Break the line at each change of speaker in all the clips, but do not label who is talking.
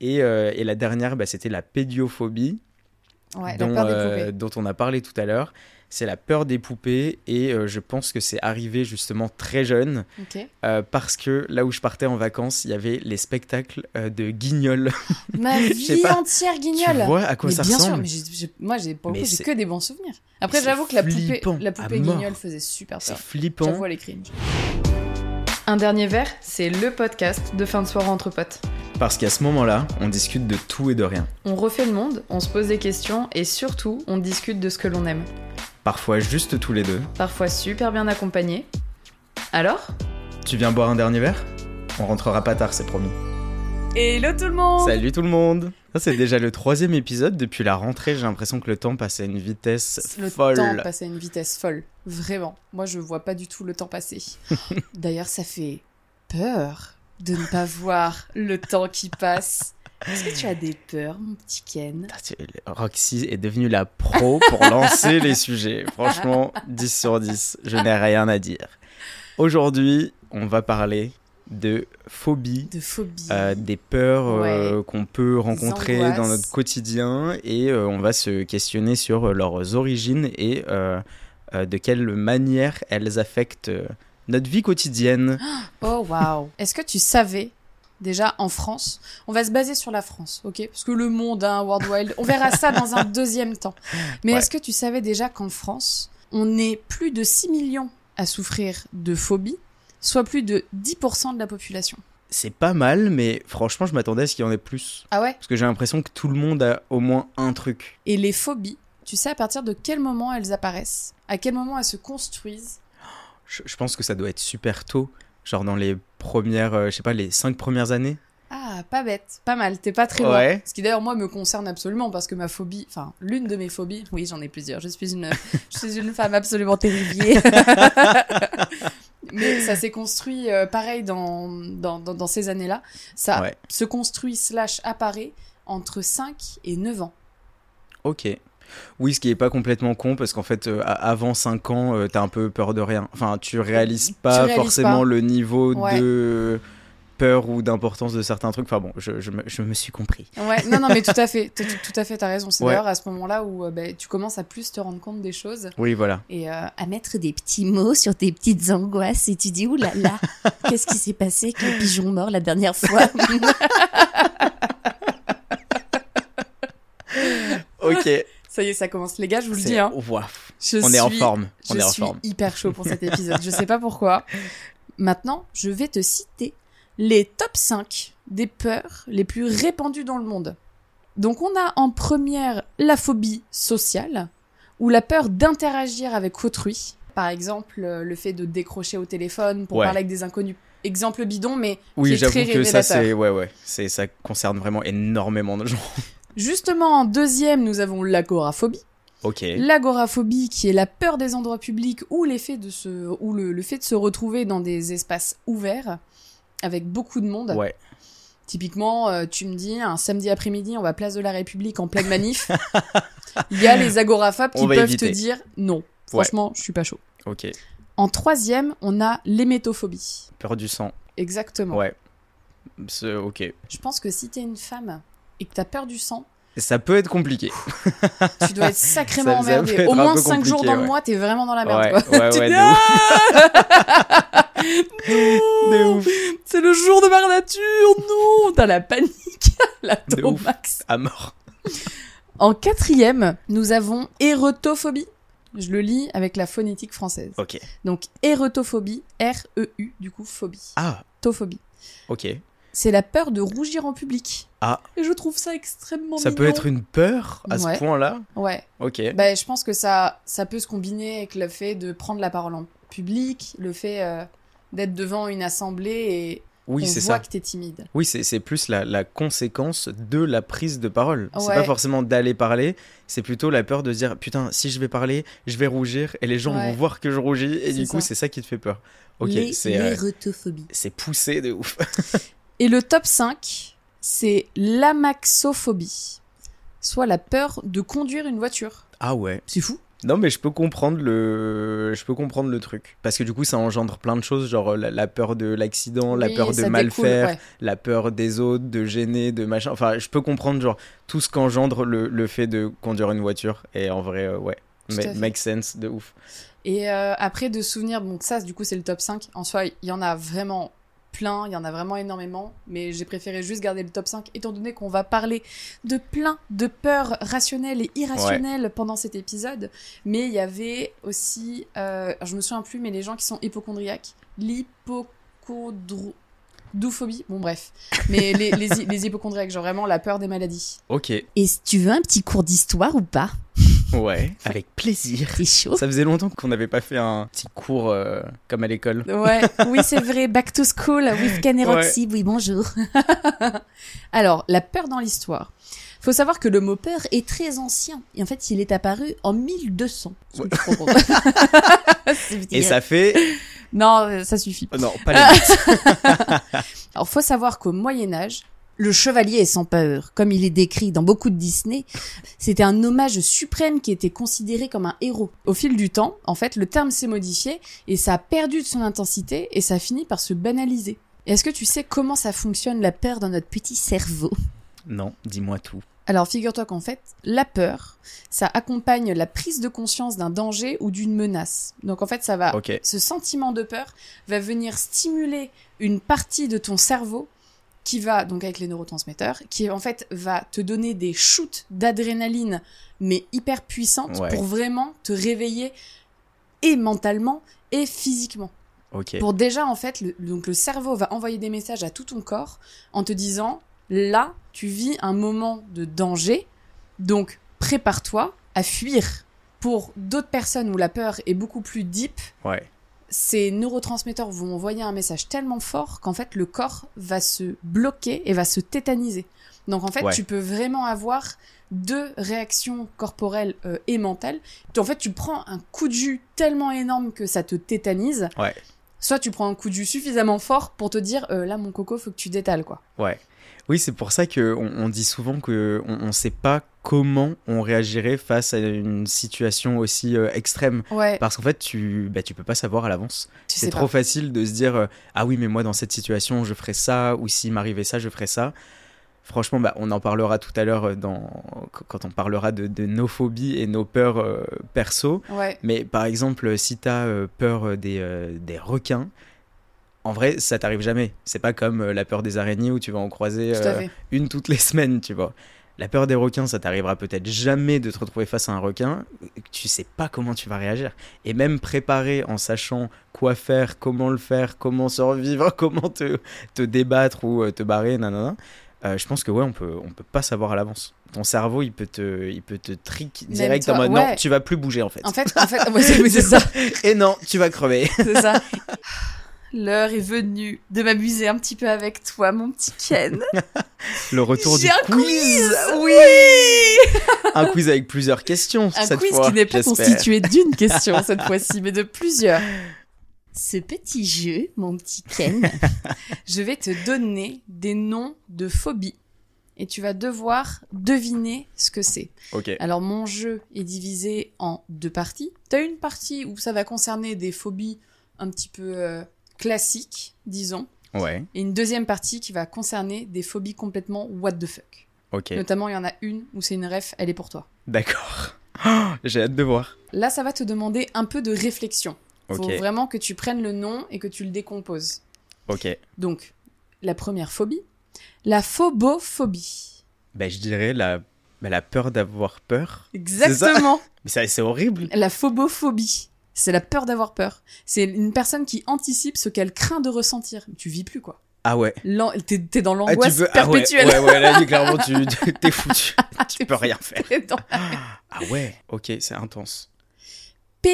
Et, euh, et la dernière, bah, c'était la pédiophobie,
Ouais,
dont,
la peur
euh,
des poupées.
dont on a parlé tout à l'heure. C'est la peur des poupées et euh, je pense que c'est arrivé justement très jeune
Ok.
euh, parce que là où je partais en vacances, il y avait les spectacles euh, de guignols.
Ma
Je sais
vie
pas.
entière guignol.
Tu vois à quoi
mais
ça
bien sûr,
ressemble
mais j'ai- j'ai- moi, j'ai pour le
Mais
coup, j'ai
c'est-
que des bons souvenirs. Après,
c'est
j'avoue que la poupée,
flippant
la
à
poupée
mort.
guignol faisait super
C'est
peur.
flippant.
J'avoue, elle est cringe. Un dernier verre, c'est le podcast de fin de soirée entre potes.
Parce qu'à ce moment-là, on discute de tout et de rien.
On refait le monde, on se pose des questions et surtout, on discute de ce que l'on aime.
Parfois juste tous les deux.
Parfois super bien accompagné. Alors
Tu viens boire un dernier verre On rentrera pas tard, c'est promis.
Hello tout le monde
Salut tout le monde Ça, c'est déjà le troisième épisode depuis la rentrée. J'ai l'impression que le temps passe à une vitesse
Le
folle.
temps passe à une vitesse folle. Vraiment. Moi, je vois pas du tout le temps passer. D'ailleurs, ça fait peur de ne pas voir le temps qui passe. Est-ce que tu as des peurs, mon petit Ken
Putain, tu- Roxy est devenue la pro pour lancer les sujets. Franchement, 10 sur 10, je n'ai rien à dire. Aujourd'hui, on va parler de phobie,
De phobie
euh, des peurs euh, qu'on peut rencontrer dans
angoisses.
notre quotidien et euh, on va se questionner sur euh, leurs origines et euh, euh, de quelle manière elles affectent euh, notre vie quotidienne.
Oh, waouh Est-ce que tu savais Déjà en France, on va se baser sur la France, ok Parce que le monde, hein, World Wild, on verra ça dans un deuxième temps. Mais
Ouais.
est-ce que tu savais déjà qu'en France, on est plus de 6 millions à souffrir de phobie, soit plus de 10% de la population
C'est pas mal, mais franchement, je m'attendais à ce qu'il y en ait plus.
Ah ouais
Parce que j'ai l'impression que tout le monde a au moins un truc.
Et les phobies, tu sais à partir de quel moment elles apparaissent À quel moment elles se construisent
Je, je pense que ça doit être super tôt, genre dans les premières, euh, je sais pas, les cinq premières années.
Ah, pas bête, pas mal, t'es pas très loin.
Ouais.
Ce qui d'ailleurs moi me concerne absolument parce que ma phobie, enfin l'une de mes phobies, oui j'en ai plusieurs, je suis une, je suis une femme absolument terrifiée. Mais ça s'est construit euh, pareil dans, dans, dans, dans ces années-là. Ça
Ouais.
se construit slash apparaît entre 5 et 9 ans.
Ok. Oui, ce qui est pas complètement con parce qu'en fait, euh, a- avant 5 ans, euh, t'as un peu peur de rien. Enfin, tu réalises pas
réalises
forcément
pas.
le niveau
Ouais.
de peur ou d'importance de certains trucs. Enfin bon, je, je me, je me suis compris.
Ouais, non, non, mais tout à fait, tout, tout à fait, t'as raison. C'est
Ouais.
d'ailleurs à ce moment-là où euh, ben, tu commences à plus te rendre compte des choses
Oui, voilà.
et euh,
à mettre des petits mots sur tes petites angoisses et tu dis Ouh là là, qu'est-ce qui s'est passé avec le pigeon mort la dernière fois
Ok.
ça y est, ça commence. Les gars, je vous le
C'est-
dis, hein.
Ouah,
Je
on est en
suis-
forme.
Je
On est en
suis
forme.
hyper chaud pour cet épisode, je sais pas pourquoi. Maintenant, je vais te citer les top 5 des peurs les plus répandues dans le monde. Donc on a en première la phobie sociale, ou la peur d'interagir avec autrui. Par exemple, euh, le fait de décrocher au téléphone pour
Ouais.
parler avec des inconnus. Exemple bidon, mais qui
Oui,
est très
j'avoue que ça,
révélateur.
c'est. Ouais, ouais. C'est- Ça concerne vraiment énormément de gens.
Justement, en deuxième, nous avons l'agoraphobie.
Ok.
L'agoraphobie, qui est la peur des endroits publics ou, l'effet de se, ou le, le fait de se retrouver dans des espaces ouverts avec beaucoup de monde.
Ouais.
Typiquement, euh, tu me dis, un samedi après-midi, on va place de la République en pleine manif. Il y a les agoraphobes qui
On va
peuvent
éviter.
te dire non. Franchement, je suis pas chaud.
Ok.
En troisième, on a l'hémétophobie.
Peur du sang.
Exactement.
Ouais. C'est- Ok.
Je pense que si t'es une femme et que t'as peur du sang,
Ça peut être compliqué.
tu dois être
Ça-
sacrément
ça peut
emmerdé.
être
Au
un
moins
peu
5 jours dans
compliqué,
le
ouais.
mois, t'es vraiment dans la merde.
Ouais,
quoi.
ouais, ouais,
Tu dis,
de
Ah,
ouf. De ouf.
C'est le jour de ma nature, non T'as la panique, la
De
au
ouf.
max.
À mort.
En quatrième, nous avons érotophobie. Je le lis avec la phonétique française.
Ok.
Donc érotophobie, R-E-U, du coup phobie.
Ah,
Tophobie.
ok.
C'est la peur de rougir en public.
Ah.
Et je trouve ça extrêmement
Ça peut
mignon.
être une peur à
Ouais.
ce point-là
Ouais.
Ok.
Bah, je pense que ça, ça peut se combiner avec le fait de prendre la parole en public, le fait euh, d'être devant une assemblée et
oui,
on
c'est
voit
ça.
que t'es timide.
Oui, c'est c'est plus la, la conséquence de la prise de parole. C'est
Ouais.
pas forcément d'aller parler, c'est plutôt la peur de dire Putain, si je vais parler, je vais rougir et les gens
Ouais.
vont voir que je rougis et du
C'est
coup,
ça.
c'est ça qui te fait peur. Ok,
Les-
c'est euh,
L'érotophobie.
c'est poussé de ouf.
Et le top 5, c'est l'amaxophobie, soit la peur de conduire une voiture.
Ah ouais.
C'est fou.
Non, mais je peux comprendre le, je peux comprendre le truc. Parce que du coup, ça engendre plein de choses, genre euh, la, la peur de l'accident, la
Oui,
peur de
ça
mal
découle,
faire,
ouais.
la peur des autres, de gêner, de machin. Enfin, je peux comprendre genre tout ce qu'engendre le, le fait de conduire une voiture. Et en vrai, euh, ouais,
Tout
Ma-
à fait.
make sense de ouf.
Et euh, après, de souvenirs, donc ça, du coup, c'est le top 5. En soi, il y en a vraiment plein, il y en a vraiment énormément, mais j'ai préféré juste garder le top 5, étant donné qu'on va parler de plein de peurs rationnelles et irrationnelles pendant cet épisode. Mais il y avait aussi, euh, je me souviens plus, mais les gens qui sont hypochondriaques, l'hypocondro... Douphobie, bon bref, mais les, les, hy- les hypochondriaques, genre vraiment la peur des maladies.
Ok,
Et si tu veux un petit cours d'histoire ou pas
ouais, avec plaisir.
T'es chaud
Ça faisait longtemps qu'on n'avait pas fait un petit cours euh, comme à l'école.
Ouais,
Oui, c'est vrai, back to school with Caneroxy, oui, bonjour.
alors la peur dans l'histoire.
Faut savoir que le mot peur est très ancien. Et en fait, il est apparu en 1200.
Ouais.
C'est trop drôle. C'est
Et ça fait,
Non, euh, ça suffit.
oh non, pas
Ah.
les
Alors, faut savoir qu'au Moyen Âge,
Le chevalier est sans peur, comme il est décrit dans beaucoup de Disney.
c'était un hommage suprême qui était considéré comme un héros. Au fil du temps, en fait, le terme s'est modifié et ça a perdu de son intensité et ça finit par se banaliser. Et Est-ce que tu sais comment ça fonctionne la peur dans notre
Petit cerveau.
Non, dis-moi tout.
Alors figure-toi qu'en fait, la peur, ça accompagne la prise de conscience d'un danger ou d'une menace. Donc en fait, ça va
Ah. Ok.
ce sentiment de peur va venir stimuler une partie de ton cerveau qui va donc avec les neurotransmetteurs qui en fait va te donner des shoots d'adrénaline mais hyper puissantes
Ouais.
pour vraiment te réveiller et mentalement et physiquement.
Ok.
Pour déjà en fait le, donc le cerveau va envoyer des messages à tout ton corps en te disant là tu vis un moment de danger donc prépare-toi à fuir. Pour d'autres personnes où la peur est beaucoup plus deep,
Ouais.
ces neurotransmetteurs vont envoyer un message tellement fort qu'en fait le corps va se bloquer et va se tétaniser. Donc en fait,
Ouais.
tu peux vraiment avoir deux réactions corporelles euh, et mentales. Tu- En fait, tu prends un coup de jus tellement énorme que ça te tétanise.
Ouais.
Soit tu prends un coup de jus suffisamment fort pour te dire euh, là mon coco faut que tu détales quoi.
Oui, c'est pour ça que on, on dit souvent que on ne sait pas comment on réagirait face à une situation aussi euh, extrême.
Ouais.
Parce qu'en fait, tu bah, tu peux pas savoir à l'avance.
tu
Bah, C'est
sais
trop facile de se dire euh, ah oui, mais moi dans cette situation, je ferais ça ou s'il m'arrivait ça, je ferais ça. Franchement, bah, on en parlera tout à l'heure euh, dans qu- quand on parlera de, de nos phobies et nos peurs euh, perso.
Pas. Ouais.
Mais par exemple, si t'as euh, peur euh, des, euh, des requins, en vrai, ça t'arrive jamais. C'est pas comme euh, la peur des araignées où tu vas en croiser
Tout à
euh,
fait.
une toutes les semaines, tu vois. La peur des requins, ça t'arrivera peut-être jamais de te retrouver face à un requin. Tu sais pas comment tu vas réagir. Et même préparer en sachant quoi faire, comment le faire, comment survivre, comment te, te débattre ou euh, te barrer, nanana. Euh, je pense que ouais, on peut, on peut pas savoir à l'avance. Ton cerveau, il peut te, il peut te trick
Même
direct
toi,
en mode non,
ouais.
tu vas plus bouger en fait.
En fait, en fait, ouais, c'est c'est ça.
Et non, tu vas crever.
C'est ça. L'heure est venue de m'amuser un petit peu avec toi, mon petit Ken.
Le retour
J'ai
du
un
quiz.
Ah Oui
Un quiz avec plusieurs questions.
Un
cette
quiz
fois,
qui n'est pas
j'espère.
constitué d'une question cette fois-ci, mais de plusieurs.
Ce petit jeu, mon petit Ken,
Je vais te donner des noms de phobies et tu vas devoir deviner ce que c'est.
Ok.
Alors mon jeu est divisé en deux parties. T'as une partie où ça va concerner des phobies un petit peu euh, classiques, disons,
Ouais.
et une deuxième partie qui va concerner des phobies complètement what the fuck.
Ok.
Notamment, il y en a une où c'est une ref, elle est pour toi.
D'accord. J'ai hâte de voir.
Là, ça va te demander un peu de réflexion. Il
Ok,
faut vraiment que tu prennes le nom et que tu le décomposes.
ok.
Donc, la première phobie, la phobophobie.
Bah, je dirais la, bah, la peur d'avoir peur.
Exactement.
Mais ça, c'est horrible.
La phobophobie. C'est la peur d'avoir peur. C'est une personne qui anticipe ce qu'elle craint de ressentir. Tu vis plus, quoi.
Ah ouais.
L'an- T'es t'es dans
Ah,
l'angoisse
veux- ah ouais,
perpétuelle. Ah,
ouais, ouais, là, clairement, tu tu- t'es foutu.
T'es
tu peux rien faire.
T'es dans-
Ah ouais. Ok, c'est intense.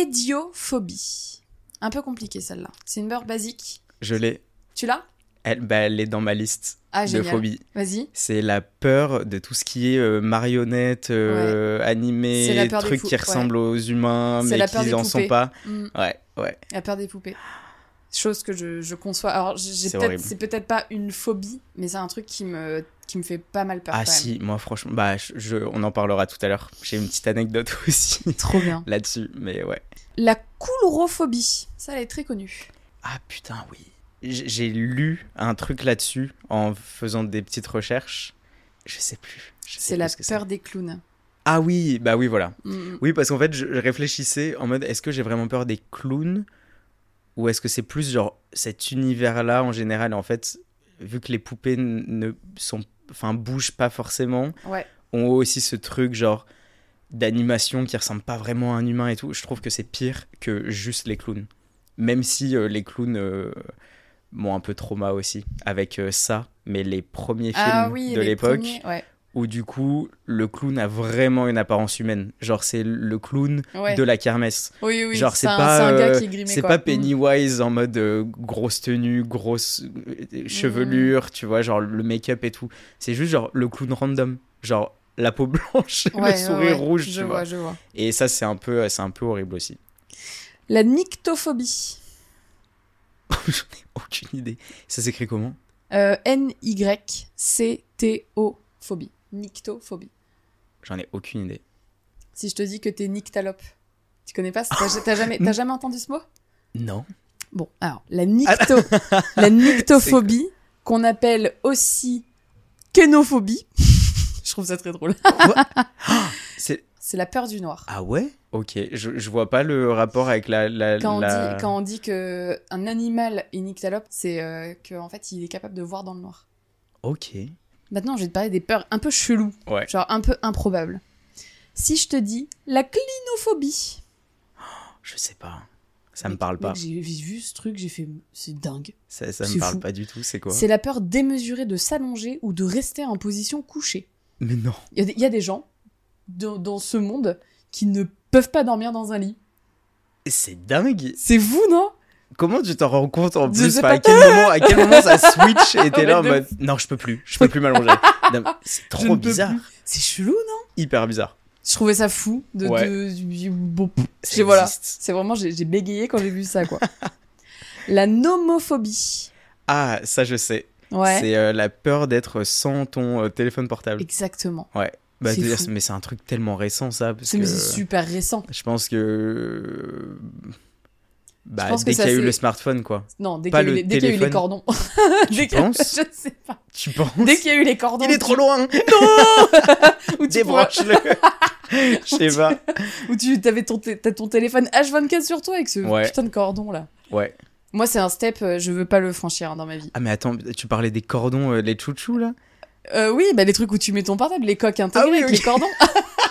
Pédiophobie. Un peu compliqué, celle-là. C'est une peur basique.
Je l'ai.
Tu l'as
Elle, bah, elle est dans ma liste
Ah,
de
génial.
phobies.
Vas-y.
C'est la peur de tout ce qui est euh, marionnette, euh,
C'est la
animé,
peur des
trucs
fou-
qui
ouais.
ressemblent aux humains,
C'est
mais
la peur
qui
des
n'en sont
poupées.
pas.
Hmm.
Ouais, ouais.
La peur des poupées. Chose que je, je conçois. Alors, j'ai- j'ai
C'est
peut-être-
horrible.
c'est peut-être pas une phobie, mais c'est un truc qui me, qui me fait pas mal peur.
Ah
quand même.
si, moi franchement, bah, je, je- on en parlera tout à l'heure. J'ai une petite anecdote aussi
Trop bien.
là-dessus, mais ouais.
La coulrophobie, ça elle est très connue.
Ah putain, oui. J- J'ai lu un truc là-dessus en faisant des petites recherches. Je sais plus. je sais
C'est
plus
la
ce que
peur des clowns.
Ah oui, bah oui, voilà.
Mm.
Oui, parce qu'en fait, je je réfléchissais en mode est-ce que j'ai vraiment peur des clowns ou est-ce que c'est plus genre cet univers-là en général En fait, vu que les poupées n- ne sont, enfin, bougent pas forcément,
Ouais.
ont aussi ce truc genre d'animation qui ressemble pas vraiment à un humain et tout. Je trouve que c'est pire que juste les clowns. Même si euh, les clowns euh, m'ont un peu trauma aussi avec euh, ça, mais les premiers films
Ah oui,
de
les
l'époque
premiers, Ouais.
où du coup le clown a vraiment une apparence humaine. Genre c'est le clown
ouais.
de la kermesse.
Oui, oui,
Genre
c'est
c'est
un,
pas
c'est un gars
euh,
qui est grimé.
c'est
quoi.
pas
Mm.
Pennywise en mode euh, grosse tenue, grosse euh,
Mmh.
chevelure, tu vois, genre le make-up et tout. C'est juste genre le clown random, genre la peau blanche, et
Ouais,
le
ouais,
sourire
ouais,
rouge,
je
tu vois.
vois, je vois.
Et ça c'est un peu c'est un peu horrible aussi.
La nyctophobie.
J'en ai aucune idée. Ça s'écrit comment
Euh, N-Y-C-T-O phobie. Nyctophobie.
J'en ai aucune idée.
Si je te dis que t'es nyctalope, tu connais pas ça T'as t'as jamais,
Ah.
t'as jamais entendu ce mot
Non.
Bon, alors, la, nycto, la nyctophobie, qu'on appelle aussi kénophobie. je trouve ça très drôle.
C'est
C'est la peur du noir.
ah ouais Ok, je, je vois pas le rapport avec la la
Quand on,
la-
dit, quand on dit que un animal est nyctalope, c'est euh, qu'en fait, il est capable de voir dans le noir.
Ok.
Maintenant, je vais te parler des peurs un peu cheloues,
Ouais.
genre un peu improbables. Si je te dis la clinophobie,
Je sais pas. Ça me parle pas.
Mec, J'ai j'ai vu ce truc, j'ai fait c'est dingue.
Ça, ça
C'est
me parle
fou.
pas du tout, c'est quoi
C'est la peur démesurée de s'allonger ou de rester en position couchée.
Mais non.
Il y, a des- il y a des gens dans, dans ce monde qui ne peuvent pas dormir dans un lit.
C'est dingue.
C'est vous, non
Comment tu t'en rends compte en
Je
plus
sais
Enfin, à
pas. Ah,
quel moment, à quel moment ça switch et t'es là en
Mais de
mode non, je peux plus, je peux plus m'allonger. Non, mais C'est
Je ne
trop
peux
bizarre,
plus. C'est chelou, non
hyper bizarre.
Je trouvais ça fou. De,
Ouais.
de- du- bon, pff,
Ça
c'est- voilà.
existe.
C'est vraiment, j'ai j'ai bégayé quand j'ai vu ça, quoi. la nomophobie.
Ah, ça je sais.
Ouais.
C'est euh, la peur d'être sans ton euh, téléphone portable.
Exactement.
Bah,
c'est
je veux dire,
fou.
mais c'est un truc tellement récent ça parce
C'est
que
mais c'est super récent.
je pense que bah,
pense que
dès
ça,
qu'il y a eu
c'est-
le smartphone quoi.
Non, dès qu'il
Pas
y, a eu
le
les- dès qu'il y a eu les
téléphone.
cordons. dès qu'il y a-
penses
Je sais pas.
Tu penses
Dès qu'il y a eu les cordons.
Il est trop loin.
où tu, pourras-
Débranche-le. Je sais pas.
où tu avais ton, té- t'as ton téléphone H24 sur toi avec ce
Ouais.
putain de cordon là.
Ouais.
Moi, c'est un step, euh, je veux pas le franchir hein, dans ma vie.
Ah mais attends, tu parlais des cordons, euh, les chouchous là
Euh, oui, bah les trucs où tu mets ton portable, les coques intégrées
Ah oui,
avec
ok.
les cordons.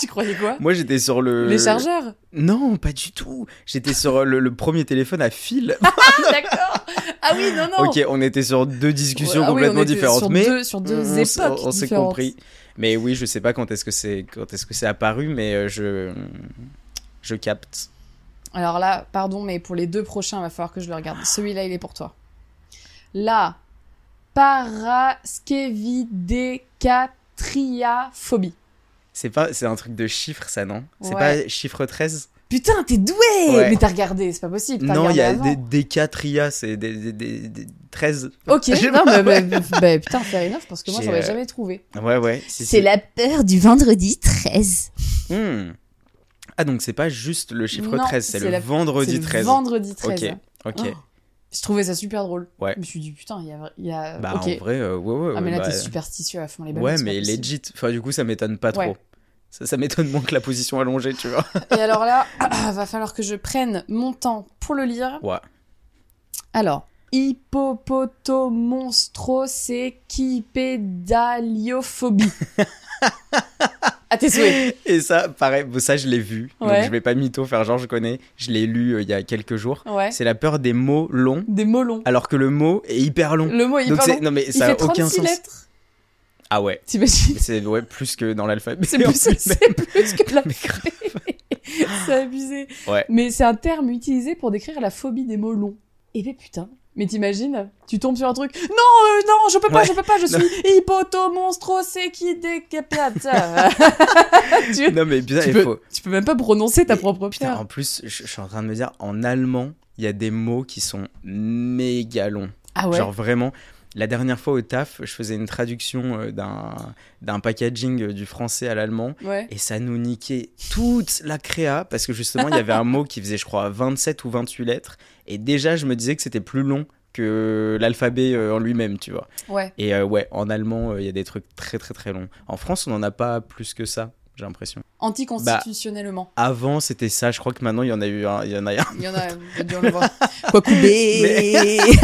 tu croyais quoi
Moi j'étais sur le...
Les chargeurs
Non, pas du tout. J'étais sur euh, le, le premier téléphone à fil.
Ah, d'accord Ah oui, non, non
ok, on était sur deux discussions
Ah oui, on
complètement
était
différentes,
Sur
mais... Mm,
deux, sur deux
on s-
époques
on s'est
différentes.
compris. Mais oui, je sais pas quand est-ce que c'est quand est-ce que c'est apparu, mais euh, je je capte.
Alors là, pardon, mais pour les deux prochains, il va falloir que je le regarde. Celui-là, il est pour toi. La paraskevidécatriaphobie.
C'est pas c'est un truc de chiffres ça non C'est
Ouais.
pas chiffre 13
Putain, t'es doué
Ouais.
Mais t'as regardé, c'est pas possible. t'as
Non, il
regardé
y a
avant. Oh
des, des catria, c'est des, des, des- des 13.
Ok,
Je sais
non,
pas,
mais mais- bah, putain, fair enough, parce que moi,
J'ai,
j'aurais
euh,
jamais trouvé.
Ouais ouais, si,
C'est
si.
la peur du vendredi 13.
Hmm. Ah donc c'est pas juste le chiffre
Non,
13, c'est
c'est
le
la- C'est
vendredi
le
13.
Vendredi 13.
Ok, ok.
Oh, Je trouvais ça super drôle.
Ouais.
Je me suis dit, putain, il y a. il Y a...
Bah
Ah. ok.
en vrai, euh, ouais, ouais,
ah, mais
ouais,
là,
bah,
t'es superstitieux à fond, les
ouais,
c'est pas
mais
possible.
legit. Enfin, du coup, ça m'étonne pas
Ouais.
trop. Ça, ça m'étonne moins que la position allongée, tu vois.
Et alors là, va falloir que je prenne mon temps pour le lire.
Ouais.
Alors, hippopotomonstrosecipédaliophobie. à tes souhaits.
Et ça, pareil, bon, ça, je l'ai vu.
Ouais.
Donc, je vais pas mytho faire genre, je connais. Je l'ai lu euh, il y a quelques jours.
Ouais.
C'est la peur des mots longs,
Des mots longs.
alors que le mot est hyper long.
Le mot est
Ah, Donc,
hyper
c'est.
long.
Non, mais
Il
ça
fait
a aucun
36
sens.
lettres.
Ah ouais.
T'imagines
Mais C'est ouais, plus que dans l'alphabet.
C'est
en
plus,
plus,
c'est plus que la
mais grave.
c'est abusé.
Ouais.
Mais c'est un terme utilisé pour décrire la phobie des mots longs. Et ben putain. Mais t'imagines, tu tombes sur un truc. Non, euh, non, je peux pas,
Ouais.
je peux pas, je
Non.
suis hippoto monstro c'est qui décapite. tu,
Non, mais putain,
tu
il
peux,
faut.
tu peux même pas prononcer ta
Mais
propre
Putain,
pierre.
en plus, je, je suis en train de me dire, en allemand, il y a des mots qui sont méga longs.
Ah ouais
Genre vraiment. La dernière fois au taf, je faisais une traduction euh, d'un d'un packaging euh, du français à l'allemand.
Ouais.
Et ça nous niquait toute la créa parce que justement, il y avait un mot qui faisait, je crois, 27 ou 28 lettres. Et déjà, je me disais que c'était plus long que l'alphabet euh, en lui-même, tu vois.
Ouais.
Et euh, ouais, en allemand, euh, il y a des trucs très très très longs. En France, on n'en a pas plus que ça, j'ai l'impression.
Anticonstitutionnellement.
Avant, c'était ça. Je crois que maintenant, il y en a eu un. Il y en a un.
Il y en a, il y a dû en avoir.
Quoi couper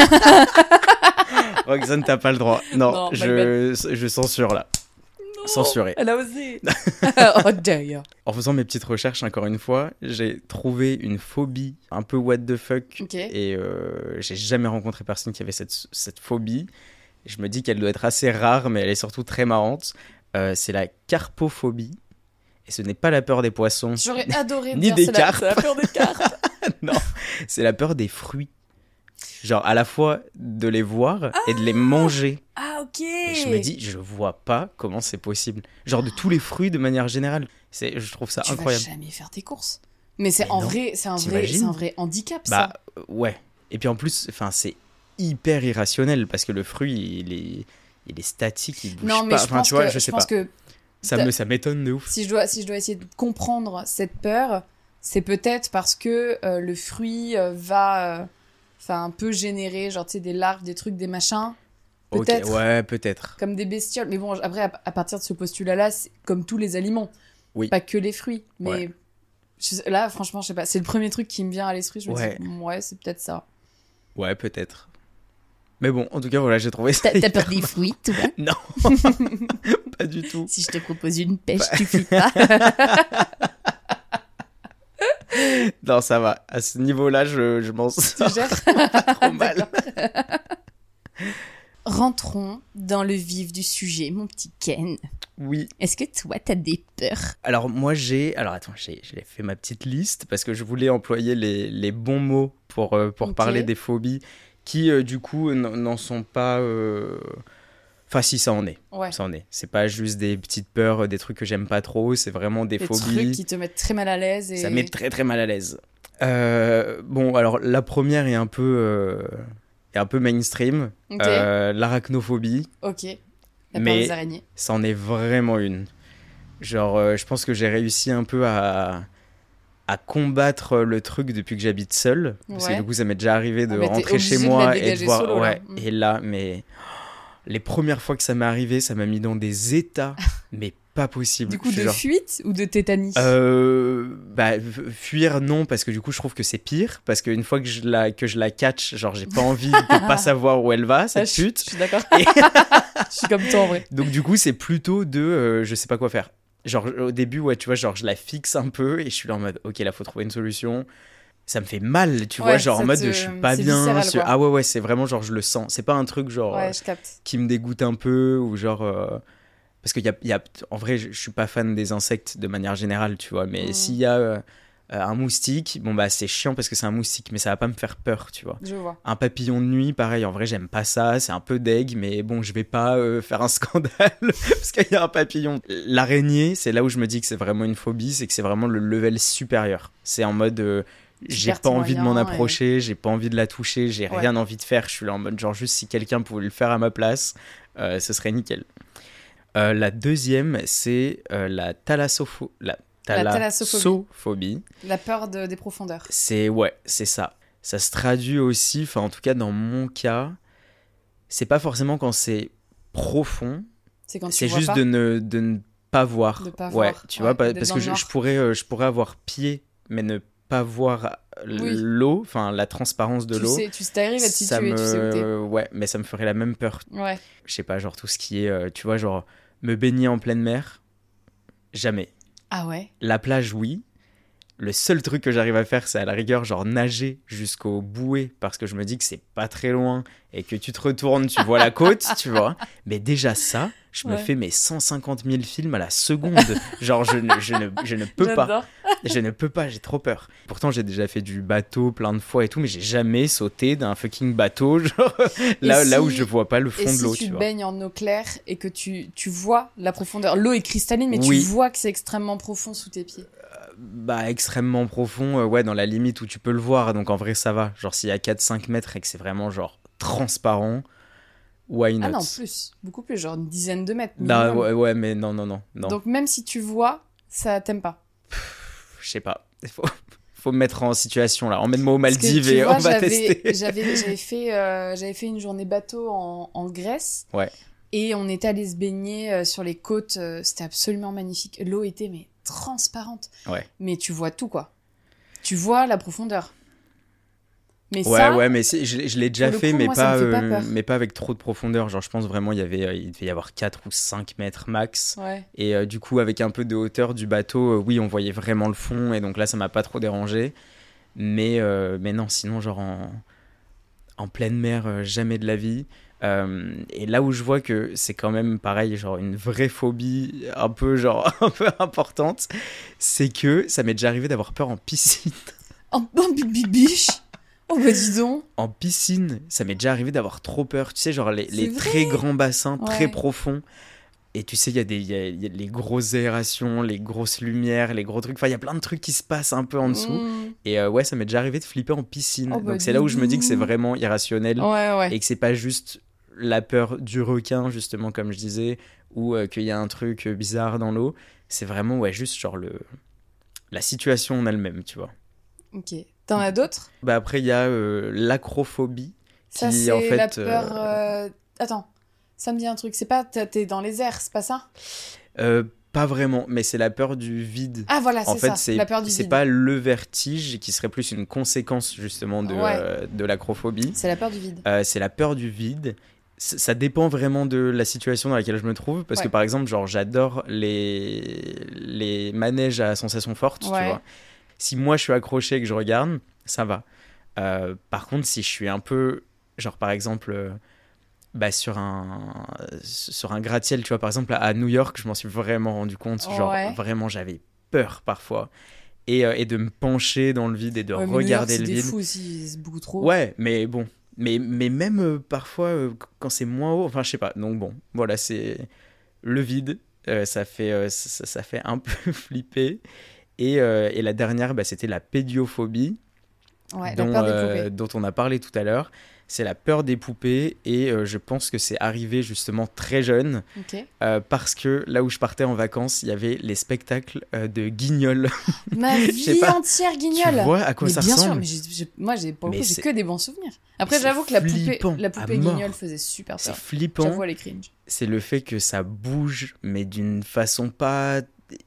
Roxane, t'as pas le droit. Non,
Non,
je, je censure là. Censuré.
Elle a osé. oh, d'ailleurs.
En faisant mes petites recherches, encore une fois, j'ai trouvé une phobie un peu what the fuck.
Ok.
Et euh, j'ai jamais rencontré personne qui avait cette, cette phobie. Je me dis qu'elle doit être assez rare, mais elle est surtout très marrante. Euh, c'est la carpophobie. Et ce n'est pas la peur des poissons,
J'aurais adoré
Ni
dire
des
c'est la-
carpes.
c'est La, peur des cartes.
c'est la peur des fruits. Genre à la fois de les voir et de les manger.
Ah, ok.
Et je me dis, je vois pas comment c'est possible. Genre de tous les fruits de manière générale. C'est, je trouve ça
tu
Bah, incroyable.
vas jamais faire tes courses. Mais c'est
Mais
en
non.
vrai, c'est un vrai,
T'imagines
c'est un vrai handicap
Bah euh, ouais. Et puis en plus, enfin c'est hyper irrationnel parce que le fruit il est, il est statique, il
ça.
bouge
Non, mais
pas.
je
Enfin
pense
tu vois,
que
je sais
pense
pas.
que
Ça me, ça m'étonne de ouf.
si je dois si je dois essayer de comprendre cette peur, c'est peut-être parce que euh, le fruit euh, va euh, enfin un peu générer genre tu sais des larves, des trucs, des machins
Ok,
peut-être.
ouais, peut-être.
comme des bestioles. Mais bon, après à, à partir de ce postulat là, c'est comme tous les aliments.
Oui.
Pas que les fruits, mais
Ouais.
je sais- Là, franchement, je sais pas. C'est le premier truc qui me vient à l'esprit. Je me
Ouais.
dis, ouais, c'est peut-être ça.
Ouais, peut-être. Mais bon, en tout cas, voilà, j'ai trouvé ça.
T'as t'as
hyper-
peur des fruits, toi
pas du tout.
Si je te propose une pêche, tu flippes pas.
Non, ça va. À ce niveau-là, je, je m'en
Tu
sors
gères
pas trop mal.
Rentrons dans le vif du sujet, mon petit Ken.
Oui.
Est-ce que toi, t'as des peurs
Alors moi j'ai... Alors attends, j'ai j'ai fait ma petite liste parce que je voulais employer les, les bons mots pour, euh, pour
Ok.
parler des phobies qui euh, du coup n- n'en sont pas... euh, Enfin si ça en est,
Ouais.
ça en est. C'est pas juste des petites peurs, euh, des trucs que j'aime pas trop, c'est vraiment des
Des trucs
phobies.
qui te mettent très mal à l'aise. Et...
Ça met très très mal à l'aise. Euh, bon alors la première est un peu... euh, est un peu mainstream.
Ok,
Euh, L'arachnophobie,
ok. La
mais-
peur des araignées.
c'en est vraiment une. Genre, euh, je pense que j'ai réussi un peu à, à combattre euh, le truc depuis que j'habite seul. Parce que
Ouais.
du coup, ça m'est déjà arrivé de
Ah, mais t'es
rentrer chez
obligé de la
moi et de
dégager
voir.
solo, là.
ouais,
Mm.
et là, mais. oh, Les premières fois que ça m'est arrivé, ça m'a mis dans des états, mais pas possible.
Du coup,
Je suis
de
genre,
fuite ou de tétanie
euh, bah, f- fuir non parce que du coup je trouve que c'est pire parce qu'une fois que je la que je la catch genre j'ai pas envie de pas savoir où elle va
Ah,
cette
je,
chute
je suis d'accord.
Et-
je suis comme toi en vrai.
donc du coup, c'est plutôt de euh, je sais pas quoi faire. Genre au début, ouais, tu vois, genre je la fixe un peu et je suis là en mode OK, là faut trouver une solution. Ça me fait mal, tu
Ouais,
vois, genre en
ça
mode
te-
je suis pas
c'est
bien.
viscéral,
je-
quoi.
Ah ouais ouais, c'est vraiment genre je le sens. C'est pas un truc genre euh,
Ouais, je capte.
qui me dégoûte un peu ou genre euh, parce qu'il y a, il y a- en vrai je, je suis pas fan des insectes de manière générale tu vois mais
Mm.
s'il y a euh, euh, un moustique bon bah c'est chiant parce que c'est un moustique mais ça va pas me faire peur tu vois
Je vois.
un papillon de nuit, pareil, en vrai, j'aime pas ça, c'est un peu deg, mais bon, je vais pas euh, faire un scandale parce qu'il y a un papillon. L'araignée, c'est là où je me dis que c'est vraiment une phobie, c'est que c'est vraiment le level supérieur. C'est en mode, euh,
Tu
j'ai
perds
pas
tes
envie de m'en
moyens et-
approcher, j'ai pas envie de la toucher, j'ai
Ouais.
rien envie de faire. Je suis là en mode, genre, juste si quelqu'un pouvait le faire à ma place, euh, ce serait nickel. Euh, la deuxième, c'est euh, la thalassophobie. La...
La thalassophobie.
thalassophobie.
La peur de- des profondeurs.
C'est ouais, c'est ça. Ça se traduit aussi, enfin en tout cas dans mon cas, c'est pas forcément quand c'est profond,
C'est quand tu
c'est
vois
juste
pas.
de ne, de ne pas voir.
De pas
ouais,
voir,
tu
ouais,
vois, pas-
d'être
parce
dans
que
le
je,
noir.
je pourrais, euh, je pourrais avoir pied, mais ne pas voir euh,
Oui.
l'eau, enfin la transparence de
tu
l'eau.
sais, tu t'arrives à te
Ça
situer,
me...
tu sais où t'es.
ouais, mais ça me ferait la même peur.
Ouais.
Je sais pas, genre tout ce qui est, euh, tu vois, genre me baigner en pleine mer, jamais.
Ah ouais.
La plage, oui. Le seul truc que j'arrive à faire, c'est à la rigueur, genre nager jusqu'au bouée, parce que je me dis que c'est pas très loin et que tu te retournes, tu vois la côte, tu vois. Mais déjà, ça, je me
Ouais.
fais mes 150 000 films à la seconde. genre, je ne, je ne, je ne peux pas.
J'adore.
Je ne peux pas, j'ai trop peur. Pourtant, j'ai déjà fait du bateau plein de fois et tout, mais j'ai jamais sauté d'un fucking bateau, genre là,
Et
là où
si-
je vois pas le fond
Et
de
si
l'eau,
tu,
tu,
te
vois.
baignes en eau claire et que tu, tu vois la profondeur, l'eau est cristalline, mais
Oui.
tu vois que c'est extrêmement profond sous tes pieds.
bah, extrêmement profond, euh, ouais, dans la limite où tu peux le voir, donc en vrai ça va. Genre s'il y a 4-5 mètres et que c'est vraiment genre transparent, why not
Ah non, plus, beaucoup plus, genre une dizaine de mètres.
Bah,
minimum.
ouais, ouais, mais non, non, non, non.
Donc même si tu vois, ça t'aime pas.
Je sais pas. Faut, faut me mettre en situation là. Emmène-moi aux
Parce que,
Maldives
tu
et
vois,
on va
j'avais-
tester.
J'avais j'avais fait, euh, j'avais fait une journée bateau en, en Grèce.
Ouais.
Et on était allé se baigner euh, sur les côtes. euh, C'était absolument magnifique. L'eau était mais transparente.
Ouais.
Mais tu vois tout quoi. Tu vois la profondeur. Mais
Ouais,
ça,
ouais, mais c'est- je, l'ai- je l'ai déjà
le
fait,
coup,
mais,
moi, ça
pas,
me fait pas
euh,
peur.
mais pas avec trop de profondeur. Genre, je pense vraiment il y avait, euh, il devait y avoir 4 ou 5 mètres max.
ouais.
Et euh, du coup, avec un peu de hauteur du bateau, euh, oui, on voyait vraiment le fond. Et donc là, ça m'a pas trop dérangé. Mais, euh, mais non, sinon, genre en, en pleine mer, euh, jamais de la vie. Euh, et là où je vois que c'est quand même pareil, genre une vraie phobie un peu, genre, un peu importante, c'est que ça m'est déjà arrivé d'avoir peur en piscine.
Oh, bon, bibibiche. Oh, bah dis donc.
En piscine, ça m'est déjà arrivé d'avoir trop peur. Tu sais, genre les, les
C'est vrai.
très grands bassins, très
Ouais.
profonds. Et tu sais, il y, a des- il y a, il y a les grosses aérations, les grosses lumières, les gros trucs. Enfin, il y a plein de trucs qui se passent un peu en dessous.
Mm.
Et euh, ouais, ça m'est déjà arrivé de flipper en piscine.
Oh, bah,
Donc c'est là où je me dis que c'est
dis-donc.
vraiment irrationnel
Ouais, ouais.
et que c'est pas juste la peur du requin, justement, comme je disais, ou euh, qu'il y a un truc euh, bizarre dans l'eau. C'est vraiment, ouais, juste genre le... la situation en elle-même, tu vois.
Ok. T'en as d'autres
Bah après, il y a euh, l'acrophobie.
Ça,
Qui,
c'est
en fait,
la peur. euh, Attends. Ça me dit un truc. C'est pas t'es t'es dans les airs, c'est pas ça
Euh, pas vraiment, mais c'est la peur du vide.
Ah, voilà,
en
c'est
fait,
ça.
c'est
La peur du
c'est
vide.
pas le vertige qui serait plus une conséquence justement de,
Ouais.
euh, de l'acrophobie.
C'est la peur du vide.
Euh, c'est la peur du vide. C- Ça dépend vraiment de la situation dans laquelle je me trouve. Parce que
Ouais.
par exemple, genre, j'adore les... les manèges à sensation forte. Tu
Ouais.
vois. Si moi je suis accroché et que je regarde, ça va. Euh, par contre, si je suis un peu, genre par exemple, euh, bah, sur un, sur un gratte-ciel, tu vois, par exemple à- à New York, je m'en suis vraiment rendu compte. Genre,
Ouais.
vraiment, j'avais peur parfois. Et, euh, et de me pencher dans le vide et de
Ouais, mais New York,
regarder
c'est
le
des
vide.
fous aussi, c'est beaucoup trop.
Ouais, mais bon. Mais, mais même euh, parfois, euh, quand c'est moins haut, enfin, je sais pas. Donc bon, voilà, c'est le vide. euh, ça, fait, euh, ça, ça- ça fait un peu flipper. Et, euh, et la dernière, bah, c'était la pédiophobie,
Ouais,
dont,
la peur
euh,
des poupées.
dont on a parlé tout à l'heure. C'est la peur des poupées. Et euh, je pense que c'est arrivé justement très jeune.
Ok.
euh, parce que là où je partais en vacances, il y avait les spectacles euh, de guignols.
Ma
sais
vie
pas.
entière
tu
guignol.
vois à quoi
mais
ça
bien sûr,
ressemble
mais j'ai- j'ai- moi j'ai pour le
Mais
coup, j'ai
c'est-
que des bons souvenirs. Après
c'est
j'avoue que la poupée,
flippant à
la poupée
mort.
guignol faisait super
C'est
peur.
flippant.
J'avoue elle est cringe.
c'est le fait que ça bouge, mais d'une façon pas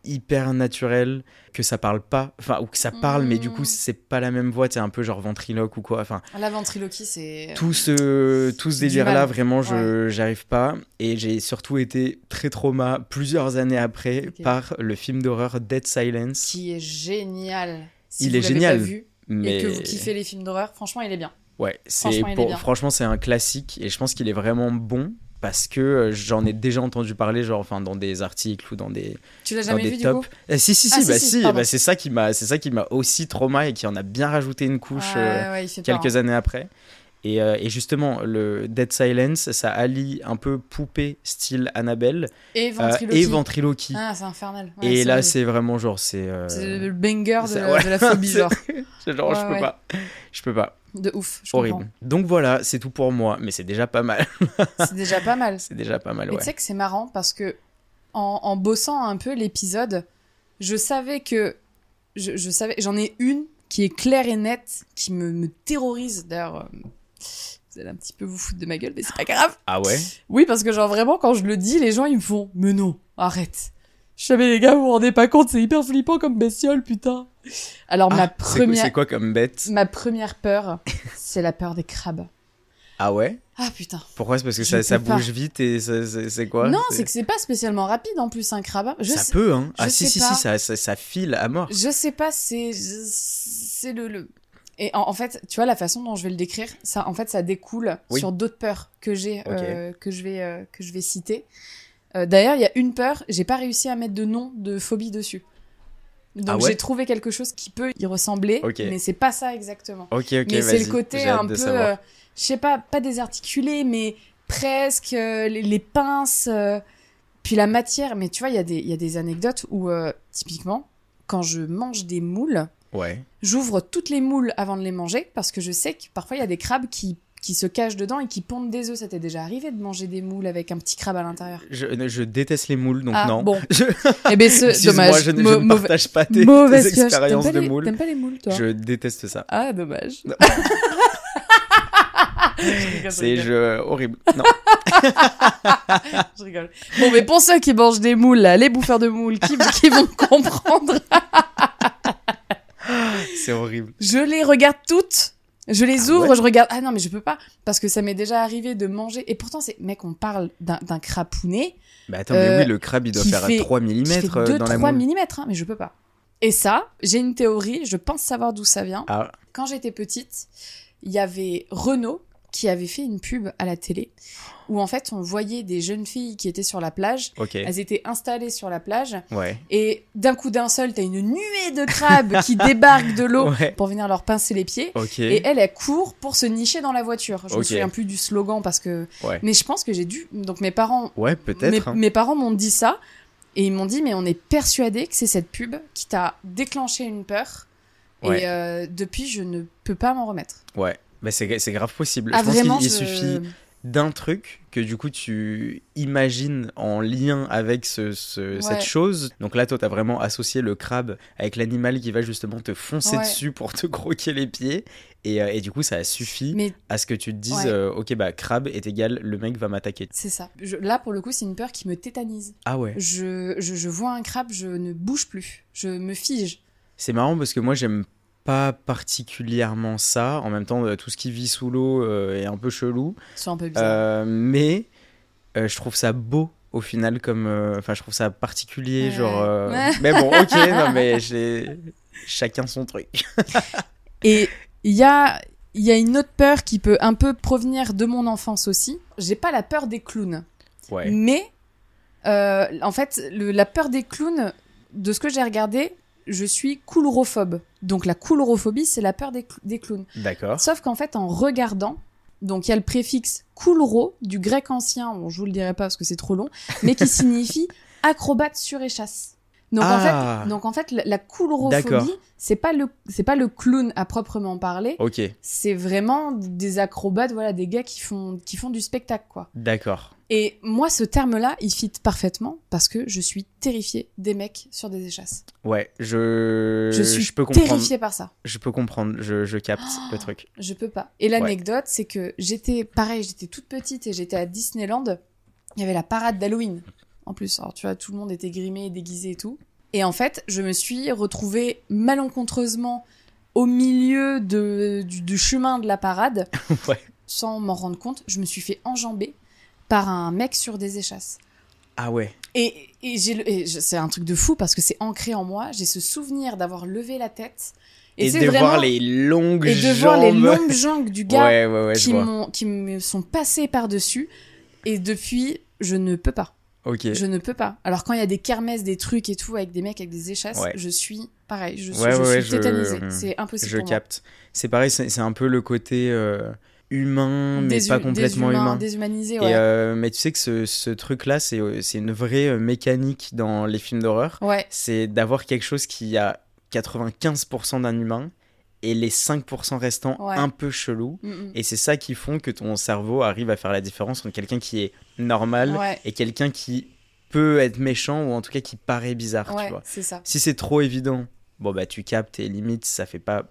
hyper naturelle, que ça parle pas, enfin, ou que ça parle, mais du coup,
Mm.
c'est pas la même voix, t'es un peu genre ventriloque ou quoi, enfin,
La ventriloquie c'est euh,
tout ce, tout ce
Du
délire-là,
mal.
vraiment, je j'arrive pas, et j'ai surtout été très trauma plusieurs années après
Ok.
par le film d'horreur Dead Silence,
qui est génial. Si
Il
vous
est
l'avez
génial,
Pas vu
mais...
Et que vous kiffez les films d'horreur, franchement il est bien.
Ouais, c'est
Franchement, il est
pour-
bien.
franchement c'est un classique et je pense qu'il est vraiment bon parce que euh, j'en ai déjà entendu parler genre enfin dans des articles ou dans des
Tu l'as
dans
jamais
des
vu du
tops.
coup
Eh, si si si
Ah, si,
bah
si,
si,
pardon.
bah, c'est ça qui m'a c'est ça qui m'a aussi trauma et qui en a bien rajouté une couche euh,
Ah Ouais, ouais, il fait hein. peur,
quelques années après. Et, euh, et justement, le Dead Silence, ça allie un peu poupée style Annabelle
hein. Et
euh,
ventriloquie.
et ventriloquie.
Ah, c'est infernal. Ouais,
et là,
c'est
c'est vraiment genre, c'est euh,
c'est le banger de,
c'est-
la-
ouais.
de la phobie
C'est-
genre
c'est genre, je
Ouais,
peux
ouais.
pas, je peux pas,
de ouf, je
horrible. Donc voilà, c'est tout pour moi, mais c'est déjà pas mal,
comprends. C'est déjà pas mal.
c'est déjà pas mal,
Mais
ouais.
tu sais que c'est marrant parce que en, en bossant un peu l'épisode, je savais que je, je savais j'en ai une qui est claire et nette, qui me, me terrorise. D'ailleurs, euh, vous allez un petit peu vous foutre de ma gueule, mais c'est pas grave.
Ah ouais
Oui, parce que genre vraiment quand je le dis, les gens ils me font mais non, arrête. Je savais les gars, vous vous rendez pas compte, c'est hyper flippant comme bestiole, putain. Alors
Ah,
ma
c'est quoi-
première
C'est quoi comme bête
ma première peur, c'est la peur des crabes.
Ah ouais
Ah putain.
Pourquoi C'est parce que
Je
ça, ça
peux pas.
bouge vite et ça- c'est c'est quoi
non, c'est que c'est pas spécialement rapide en plus un crabe. Je
ça
sais-
peut, hein.
je
ah si,
sais
si,
pas.
si, ça, ça, ça file à mort.
Je sais pas, c'est c'est le, le- et en, en fait, tu vois la façon dont je vais le décrire, ça en fait ça découle
Oui.
sur d'autres peurs que j'ai euh, que je vais euh, que je vais citer. Euh, D'ailleurs, il y a une peur, j'ai pas réussi à mettre de nom de phobie dessus. Donc
Ah ouais
j'ai trouvé quelque chose qui peut y ressembler,
Ok.
mais c'est pas ça exactement.
Ok, ok,
mais c'est
vas-y,
le côté
j'ai hâte
un
de
peu,
savoir.
euh, je sais pas, pas désarticulé, mais presque euh, les, les pinces, euh, puis la matière. Mais tu vois, il y, a des- il y a des anecdotes où, euh, typiquement, quand je mange des moules,
Ouais.
j'ouvre toutes les moules avant de les manger parce que je sais que parfois il y a des crabes qui, qui se cachent dedans et qui pondent des œufs. Ça t'est déjà arrivé de manger des moules avec un petit crabe à l'intérieur
Je, je déteste les moules, donc
Ah,
Euh, non.
bon.
Je-
Eh ben, c'est
Excuse-moi,
dommage.
je, ne- je
Mau-
ne
mauvais-
partage pas tes,
mauvaise
tes
pioche.
expériences
T'aimes
de
pas les-
moules.
T'aimes pas les moules, toi
Je déteste ça.
Ah, dommage.
Non.
Je rigole, je
C'est
rigole.
je... horrible. Non.
Je rigole. Bon, mais pour ceux qui mangent des moules, là, les bouffeurs de moules, qui, qui vont comprendre,
C'est horrible.
je les regarde toutes. Je les
Ah
ouvre,
ouais
je regarde. Ah non, mais je peux pas. Parce que ça m'est déjà arrivé de manger. Et pourtant, c'est. Mec, on parle d'un d'un crapounet
Bah attends, mais
Euh,
oui, le crabe, il doit
qui
faire
fait-
3
qui fait
mm dans la
2-3
moule.
mm, hein, mais je peux pas. Et ça, j'ai une théorie, je pense savoir d'où ça vient.
Ah,
Quand j'étais petite, il y avait Renault qui avait fait une pub à la télé où en fait on voyait des jeunes filles qui étaient sur la plage.
ok.
Elles étaient installées sur la plage
Ouais.
Et d'un coup d'un seul, t'as une nuée de crabes qui débarquent de l'eau
Ouais.
pour venir leur pincer les pieds.
Ok.
Et elle, elle court pour se nicher dans la voiture. Je me
Ok.
souviens plus du slogan parce que.
Ouais.
Mais je pense que j'ai dû. Donc mes parents,
Ouais,
mes,
peut-être. hein.
mes parents m'ont dit ça et ils m'ont dit mais on est persuadé que c'est cette pub qui t'a déclenché une peur.
Ouais.
Et euh, depuis, je ne peux pas m'en remettre.
Ouais. Bah c'est c'est grave possible.
ah
je pense
vraiment
qu'il il
je-
suffit d'un truc que du coup tu imagines en lien avec ce, ce-
Ouais.
cette chose. Donc là, toi, t'as vraiment associé le crabe avec l'animal qui va justement te foncer
Ouais.
dessus pour te croquer les pieds. Et, euh, et du coup, ça a suffi
Mais
à ce que tu te dises,
Ouais.
euh, ok, bah crabe est égal, le mec va m'attaquer.
c'est ça. Je- là pour le coup, c'est une peur qui me tétanise.
Ah ouais.
Je, je, je vois un crabe, je ne bouge plus, je me fige.
C'est marrant parce que moi, j'aime pas particulièrement ça. En même temps, euh, tout ce qui vit sous l'eau euh, est un peu chelou.
C'est un peu bizarre.
Euh, mais euh, je trouve ça beau au final comme euh, enfin je trouve ça particulier
Ouais.
genre euh,
Ouais.
mais bon ok non mais j'ai chacun son truc
Et il y a, il y a une autre peur qui peut un peu provenir de mon enfance aussi. J'ai pas la peur des clowns.
ouais
Mais, euh, en fait, le- la peur des clowns, de ce que j'ai regardé, je suis coulrophobe. Donc la coulrophobie, c'est la peur des, cl- des clowns.
d'accord
Sauf qu'en fait, en regardant, donc il y a le préfixe coulro du grec ancien, bon, je vous le dirai pas parce que c'est trop long, mais qui signifie acrobate sur échasse. Donc en fait,
ah
donc en fait, la, la
D'accord.
coulrophobie, c'est pas le c'est pas le clown à proprement parler,
ok
c'est vraiment des acrobates, voilà, des gars qui font qui font du spectacle quoi.
d'accord
Et moi, ce terme-là, il fit parfaitement parce que je suis terrifiée des mecs sur des échasses.
ouais Euh, je
je suis
peux comprendre
terrifiée par ça.
je peux comprendre je, je capte le truc
Je peux pas. Et l'anecdote, c'est que j'étais pareil, j'étais toute petite et j'étais à Disneyland. Il y avait la parade d'Halloween. En plus, alors tu vois, tout le monde était grimé, déguisé et tout. Et en fait, je me suis retrouvée malencontreusement au milieu de, du, du chemin de la parade,
Ouais.
sans m'en rendre compte. Je me suis fait enjamber par un mec sur des échasses.
ah ouais
Et, et j'ai le- et je- c'est un truc de fou parce que c'est ancré en moi. J'ai ce souvenir d'avoir levé la tête
et,
c'est
de voir
vraiment-
les longues
et de
jambes
voir les longues jambes du gars
ouais ouais ouais je
qui,
vois
m'ont- qui me sont passés par-dessus. Et depuis, je ne peux pas.
ok
Je ne peux pas. Alors, quand il y a des kermesses, des trucs et tout, avec des mecs avec des échasses,
Ouais.
je suis pareil. Je suis,
Ouais,
je
ouais,
suis
je-
tétanisée.
je-
C'est impossible.
je
pour
capte c'est pareil c'est c'est un peu le côté euh, humain
moi.
mais
Des
pas
hu- des
complètement
humains,
humain
Déshumanisés,
Et,
ouais.
euh, mais tu sais que ce, ce truc-là, c'est euh, c'est une vraie euh, mécanique dans les films d'horreur.
Ouais.
C'est d'avoir quelque chose qui a 95% d'un humain et les 5% restants
Ouais.
un peu chelous.
Mm, mm.
Et c'est ça qui font que ton cerveau arrive à faire la différence entre quelqu'un qui est normal
Ouais,
et quelqu'un qui peut être méchant ou en tout cas qui paraît bizarre, tu
ouais,
vois.
c'est ça.
Si c'est trop évident, bon bah tu captes et limite ça fait pas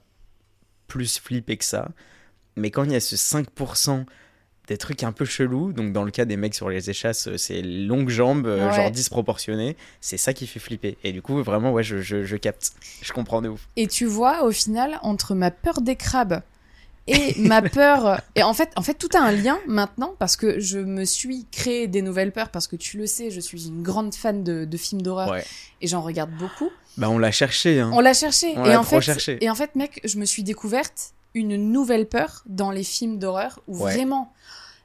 plus flipper que ça. Mais quand il y a ce 5% des trucs un peu chelous, donc dans le cas des mecs sur les échasses, euh, c'est longues jambes, euh,
Ouais.
genre disproportionnées, c'est ça qui fait flipper. Et du coup, vraiment, ouais, je, je, je capte. Je comprends de ouf.
Et tu vois, au final, entre ma peur des crabes et ma peur. Et en fait, en fait, tout a un lien maintenant parce que je me suis créé des nouvelles peurs parce que tu le sais, je suis une grande fan de, de films d'horreur
Ouais.
et j'en regarde beaucoup.
Bah on l'a cherché, hein.
On l'a cherché.
On
et
l'a
en
trop
fait,
cherché.
Et en fait, mec, je me suis découverte une nouvelle peur dans les films d'horreur où
Ouais.
vraiment.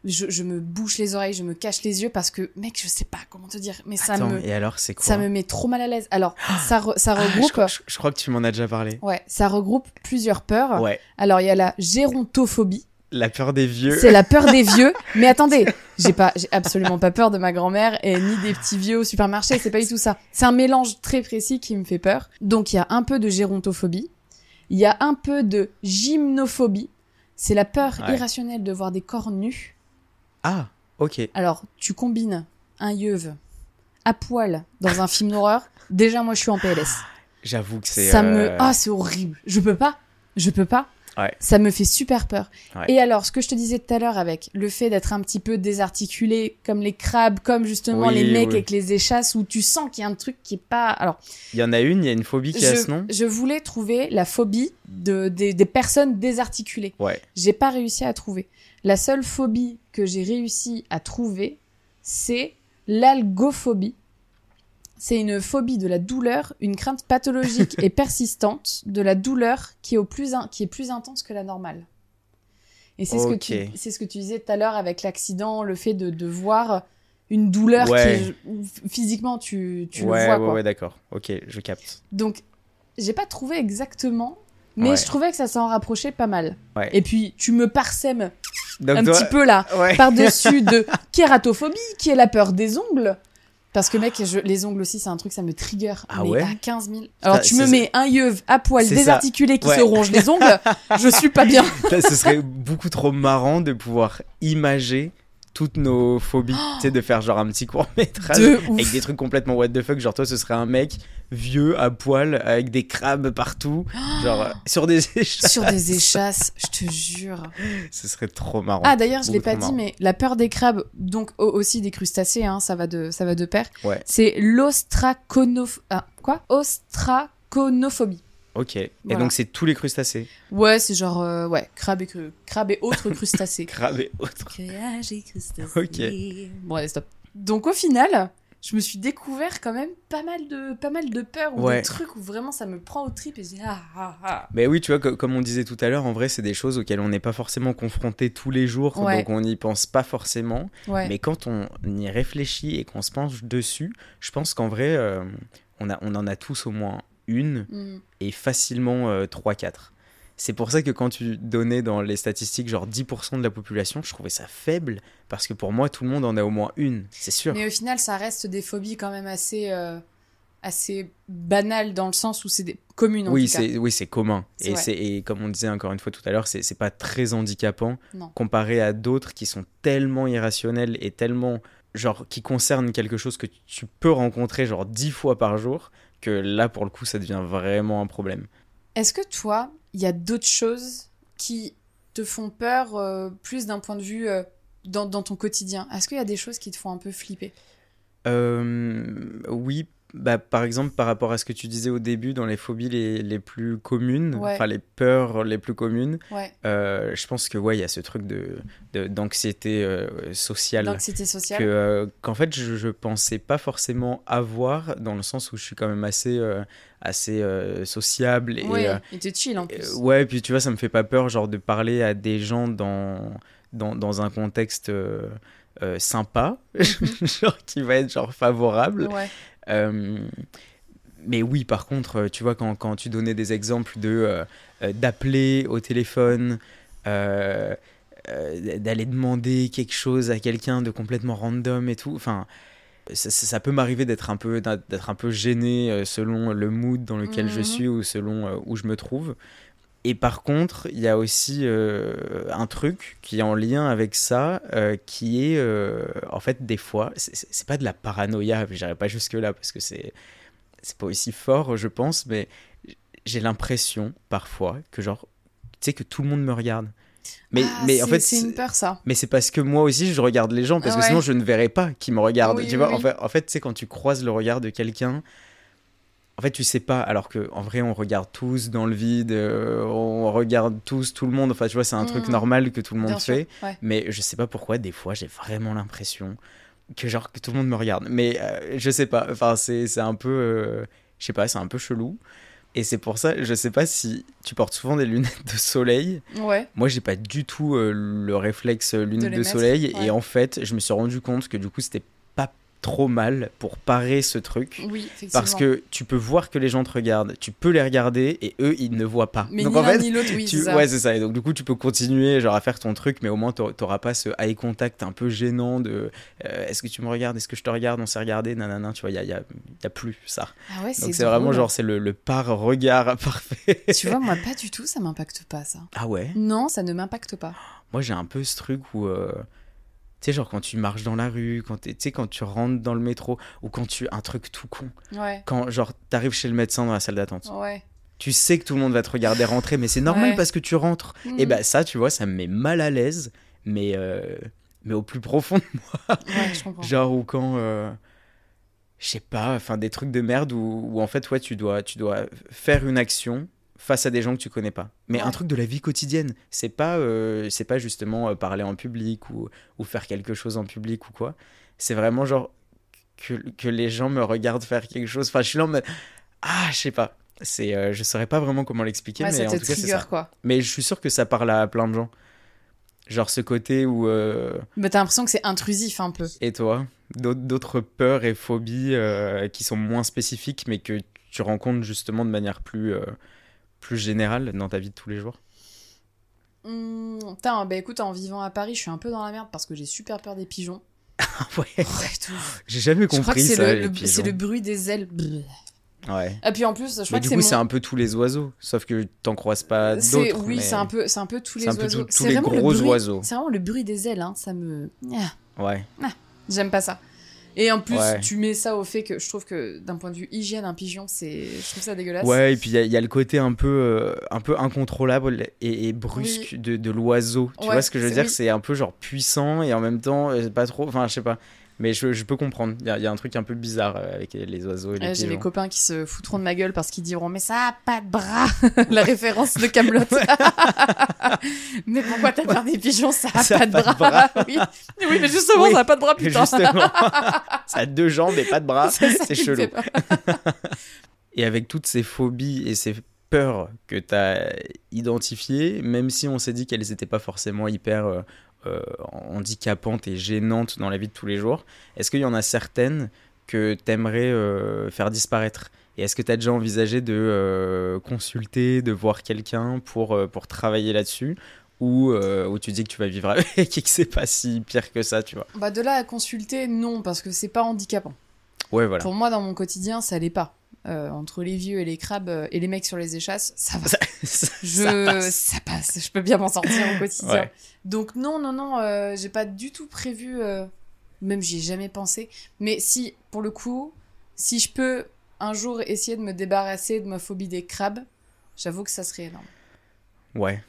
Je, je me bouche les oreilles, je me cache les yeux parce que, mec, je sais pas comment te dire, mais ça
Attends,
me,
et alors c'est quoi
ça me met trop mal à l'aise. Alors, ça, re- ça
Ah, je
regroupe,
crois- je, je crois que tu m'en as déjà parlé.
ouais, ça regroupe plusieurs peurs.
Ouais,
Alors, il y a la gérontophobie,
La peur des vieux.
C'est la peur des vieux. Mais attendez, j'ai pas, j'ai absolument pas peur de ma grand-mère et ni des petits vieux au supermarché. C'est pas du tout ça. C'est un mélange très précis qui me fait peur. Donc il y a un peu de gérontophobie, il y a un peu de gymnophobie. C'est la peur
Ouais.
irrationnelle de voir des corps nus.
Ah, ok.
Alors tu combines un yeuve à poil dans un film d'horreur. Déjà moi je suis en PLS.
J'avoue que c'est.
Ça me,
euh,
ah c'est horrible. Je peux pas, je peux pas.
Ouais.
Ça me fait super peur.
Ouais.
Et alors, ce que je te disais tout à l'heure avec le fait d'être un petit peu désarticulé, comme les crabes, comme justement
Oui,
les mecs
oui.
avec les échasses, où tu sens qu'il y a un truc qui est pas. Alors,
Il y en a une, il y a une phobie qui a ce nom.
je, je voulais trouver la phobie de, des, des personnes désarticulées.
Ouais.
J'ai pas réussi à trouver. La seule phobie que j'ai réussi à trouver, c'est l'algophobie. C'est une phobie de la douleur, une crainte pathologique et persistante de la douleur qui est, au plus in- qui est plus intense que la normale. Et c'est
Ok.
ce, que tu- c'est ce que tu disais tout à l'heure avec l'accident, le fait de, de voir une douleur
Ouais.
qui est- où physiquement tu, tu
ouais,
le vois.
ouais,
quoi.
ouais, d'accord. Ok, je capte.
Donc, j'ai pas trouvé exactement, mais
Ouais.
je trouvais que ça s'en rapprochait pas mal.
Ouais.
Et puis, tu me parsèmes
Donc
un
toi-
petit peu là
Ouais.
par-dessus de kératophobie, qui est la peur des ongles. Parce que, mec, je- les ongles aussi, c'est un truc, ça me trigger.
Ah
mais
ouais
à 15 000. Alors, tu me
c'est-
mets un yeuve à poil
C'est
désarticulé qui
Ouais.
se ronge les ongles, je suis pas bien.
Putain, ce serait beaucoup trop marrant de pouvoir imager toutes nos phobies, tu sais, de faire genre un petit court métrage
De ouf.
avec des trucs complètement what the fuck. Genre toi, ce serait un mec vieux à poil avec des crabes partout, genre euh, sur des échasses.
Sur des échasses, je te jure.
Ce serait trop marrant.
Ah, d'ailleurs, je l'ai
Beaucoup
pas
trop
dit,
marrant.
mais la peur des crabes, donc au- aussi des crustacés, hein, ça, va de, ça va de pair.
Ouais.
C'est l'ostraconophobie. quoi Ostraconophobie.
Ok. Et
Voilà.
donc c'est tous les crustacés,
Ouais, c'est genre, euh, ouais, crabes et, cru- crabes et autres crustacés.
crabes et autres.
Courage et Christophe.
Ok.
Bon, allez, stop. Donc au final, je me suis découvert quand même pas mal de, pas mal de peurs ou
Ouais.
des trucs où vraiment ça me prend au trip et je dis ah ah ah.
Mais oui, tu vois, co- comme on disait tout à l'heure, en vrai, c'est des choses auxquelles on n'est pas forcément confronté tous les jours,
Ouais.
donc on n'y pense pas forcément.
Ouais.
Mais quand on y réfléchit et qu'on se penche dessus, je pense qu'en vrai, euh, on, a, on en a tous au moins une
Mm.
et facilement 3-4. C'est pour ça que quand tu donnais dans les statistiques genre 10% de la population, je trouvais ça faible parce que pour moi, tout le monde en a au moins une, c'est sûr.
Mais au final, ça reste des phobies quand même assez, euh, assez banales dans le sens où c'est des communes en
Oui,
tout cas.
c'est oui, c'est commun.
C'est
Et,
vrai.
c'est- et comme on disait encore une fois tout à l'heure, c'est c'est pas très handicapant
Non.
comparé à d'autres qui sont tellement irrationnels et tellement genre qui concernent quelque chose que tu peux rencontrer genre dix fois par jour que là pour le coup ça devient vraiment un problème.
Est-ce que toi, il y a d'autres choses qui te font peur euh, plus d'un point de vue euh, dans, dans ton quotidien Est-ce qu'il y a des choses qui te font un peu flipper
Euh, oui, bah par exemple par rapport à ce que tu disais au début dans les phobies les, les plus communes,
Ouais.
enfin les peurs les plus communes,
Ouais.
euh, je pense que ouais il y a ce truc de de- d'anxiété euh, sociale.
D'anxiété sociale.
que, euh, qu'en fait je, je pensais pas forcément avoir dans le sens où je suis quand même assez euh, assez euh, sociable et
Ouais.
euh,
Et t'es chill en plus.
euh, ouais puis tu vois ça me fait pas peur genre de parler à des gens dans dans, dans un contexte euh, euh, sympa genre qui va être genre favorable
Ouais.
euh, mais oui, par contre, euh, tu vois, quand, quand tu donnais des exemples de euh, euh, d'appeler au téléphone, euh, euh, d'aller demander quelque chose à quelqu'un de complètement random et tout, enfin, ça, ça- ça peut m'arriver d'être un peu d'être un peu gêné euh, selon le mood dans lequel je
Mhm.
suis ou selon euh, où je me trouve. Et par contre, il y a aussi euh, un truc qui est en lien avec ça, euh, qui est euh, en fait des fois, c'est- c'est c'est pas de la paranoïa, j'irai pas jusque là parce que c'est c'est pas aussi fort, je pense, mais j'ai l'impression parfois que genre, tu sais que tout le monde me regarde. Mais
Ah,
mais en
c'est-
fait,
c'est une peur ça.
mais c'est parce que moi aussi je regarde les gens parce
Ah
que sinon
ouais.
je ne verrais pas qui me regarde.
Oui,
tu vois,
oui,
en
oui.
fait, en fait, tu sais quand tu croises le regard de quelqu'un, en fait tu sais pas. Alors que en vrai on regarde tous dans le vide, euh, on regarde tous tout le monde. Enfin tu vois c'est un truc
Mm.
normal que tout le monde
Bien sûr.
fait.
Ouais.
Mais je sais pas pourquoi des fois j'ai vraiment l'impression que genre que tout le monde me regarde. Mais euh, je sais pas. Enfin c'est c'est un peu, euh, je sais pas, c'est un peu chelou. Et c'est pour ça, je sais pas si tu portes souvent des lunettes de soleil.
Ouais.
Moi, j'ai pas du tout euh, le réflexe euh,
De
lunettes de,
les mettre,
soleil.
ouais.
Et en fait, je me suis rendu compte que du coup, c'était pas trop mal pour parer ce truc.
Oui, effectivement.
Parce que tu peux voir que les gens te regardent, tu peux les regarder et eux ils ne voient pas.
Mais
Donc
ni
en
l'un
fait,
ni l'autre, oui,
tu...
c'est ça.
ouais c'est ça. Et donc du coup tu peux continuer genre à faire ton truc, mais au moins t'aur- t'auras pas ce eye contact un peu gênant de euh, est-ce que tu me regardes, est-ce que je te regarde, on s'est regardé, nanana. Tu vois, il y a, y a- y a plus ça.
Ah ouais,
Donc c'est
drôle.
vraiment genre c'est le, le par regard parfait.
Tu vois, moi, pas du tout, ça m'impacte pas, ça.
Ah ouais.
Non, ça ne m'impacte pas.
Moi, j'ai un peu ce truc où. euh, tu sais, genre quand tu marches dans la rue, quand, t'es- tu sais, quand tu rentres dans le métro, ou quand tu. Un truc tout con.
Ouais.
Quand, genre, t'arrives chez le médecin dans la salle d'attente.
Ouais.
Tu sais que tout le monde va te regarder rentrer, mais c'est normal
Ouais.
parce que tu rentres.
Mhm.
Et bah, ça, tu vois, ça me met mal à l'aise, mais. euh, mais au plus profond.
Hmm. Ouais, je comprends.
Genre, ou quand. euh, je sais pas, enfin, des trucs de merde où, où en fait, ouais, tu dois, tu dois faire une action face à des gens que tu connais pas. Mais un
Ouais.
truc de la vie quotidienne. C'est pas, euh, c'est pas justement euh, parler en public ou, ou faire quelque chose en public ou quoi. C'est vraiment genre que, que les gens me regardent faire quelque chose. Enfin, je suis là en mode. Ah, je sais pas. C'est, euh, je saurais pas vraiment comment l'expliquer,
Ouais,
mais
ça
en
te
tout cas, c'est
trigger,
ça.
quoi.
Mais je suis sûr que ça parle à plein de gens. Genre ce côté où. euh,
Mais t'as l'impression que c'est intrusif, un peu.
et toi D'autres d'autres peurs et phobies euh, qui sont moins spécifiques mais que tu rencontres justement de manière plus, euh, plus générale dans ta vie de tous les jours
Hum, putain, bah écoute, en vivant à Paris, je suis un peu dans la merde parce que j'ai super peur des pigeons.
Ouais,
Ah Ouais, tout.
j'ai jamais
Je crois que
compris
c'est
ça.
le,
les
le- c'est
pigeons.
le bruit des ailes. Brrr.
Ouais.
Et puis en plus, je
Mais
crois que
du
c'est
coup, c'est
mon-
un peu tous les oiseaux, sauf que t'en croises pas
c'est-
d'autres.
Oui,
mais-
c'est un peu, c'est un peu tous
c'est
les
un peu
oiseaux.
tous- tous
C'est
les
vraiment le
gros
bruit-
oiseaux.
C'est vraiment le bruit des ailes, hein, ça me. Ah,
Ouais.
J'aime pas ça. Et en plus,
Ouais.
tu mets ça au fait que je trouve que d'un point de vue hygiène, un pigeon, c'est, je trouve ça dégueulasse.
Ouais, et puis il y, a- il y a le côté un peu, euh, un peu incontrôlable et, et brusque de, de l'oiseau. Tu
Ouais,
vois ce que je veux
c'est-
dire
oui.
C'est un peu genre puissant et en même temps, euh, pas trop. Enfin, je sais pas. Mais je, je peux comprendre. Il y, a- il y a un truc un peu bizarre euh, avec les oiseaux et les
Ouais, J'ai mes
pigeons.
copains qui se foutront de ma gueule parce qu'ils diront mais ça a pas de bras la référence de Camelot. mais pourquoi t'as peur des pigeons ça a
Ça a
pas de
pas de
bras, oui. oui mais justement
Oui.
ça a pas de bras putain.
Justement, ça a deux jambes et pas de bras,
C'est ça
c'est
qui me
chelou.
fait peur.
Et avec toutes ces phobies et ces peurs que tu as identifiées, même si on s'est dit qu'elles n'étaient pas forcément hyper euh, euh, handicapantes et gênantes dans la vie de tous les jours, est-ce qu'il y en a certaines que tu aimerais faire disparaître Et est-ce que tu as déjà envisagé de euh, consulter, de voir quelqu'un pour, euh, pour travailler là-dessus ou euh, ou tu dis que tu vas vivre avec et que c'est pas si pire que ça, tu vois.
Bah de là à consulter non parce que c'est pas handicapant.
Ouais, voilà.
Pour moi dans mon quotidien ça l'est pas. Euh, entre les vieux et les crabes euh, et les mecs sur les échasses ça va.
Ça-
Je...
ça passe.
ça passe, Je peux bien m'en sortir au quotidien.
Ouais.
Donc non, non, non, euh, j'ai pas du tout prévu. euh, Même j'y ai jamais pensé. Mais si, pour le coup, si je peux un jour essayer de me débarrasser de ma phobie des crabes, j'avoue que ça serait énorme.
Ouais,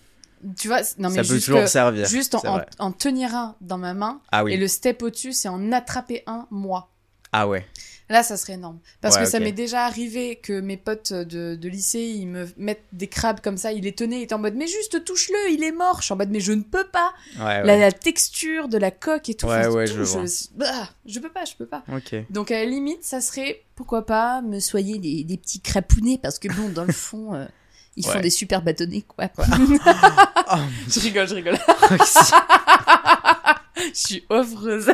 Tu vois, c'est- non mais
ça peut
juste,
toujours
que-
servir.
juste en,
c'est
en-
vrai.
en tenir un dans ma main
Ah oui.
et le step au-dessus, c'est en attraper un moi.
Ah ouais.
Là, ça serait énorme. Parce
Ouais,
que ça
ok.
m'est déjà arrivé que mes potes de, de lycée, ils me mettent des crabes comme ça, ils les tenaient, ils étaient en mode, mais juste touche-le, il est mort. Je suis en mode, mais je ne peux pas.
Ouais,
La,
Ah ouais.
la texture de la coque et tout.
Ouais,
enfin,
ouais,
tout,
je vois.
Bah, je peux pas, je peux pas.
Ok.
Donc, à la limite, ça serait.
Pourquoi pas me soigner des, des petits crapounets parce que bon, dans le fond, euh, ils
Ouais.
font des super bâtonnets quoi.
Je rigole, je rigole. je suis offreuse.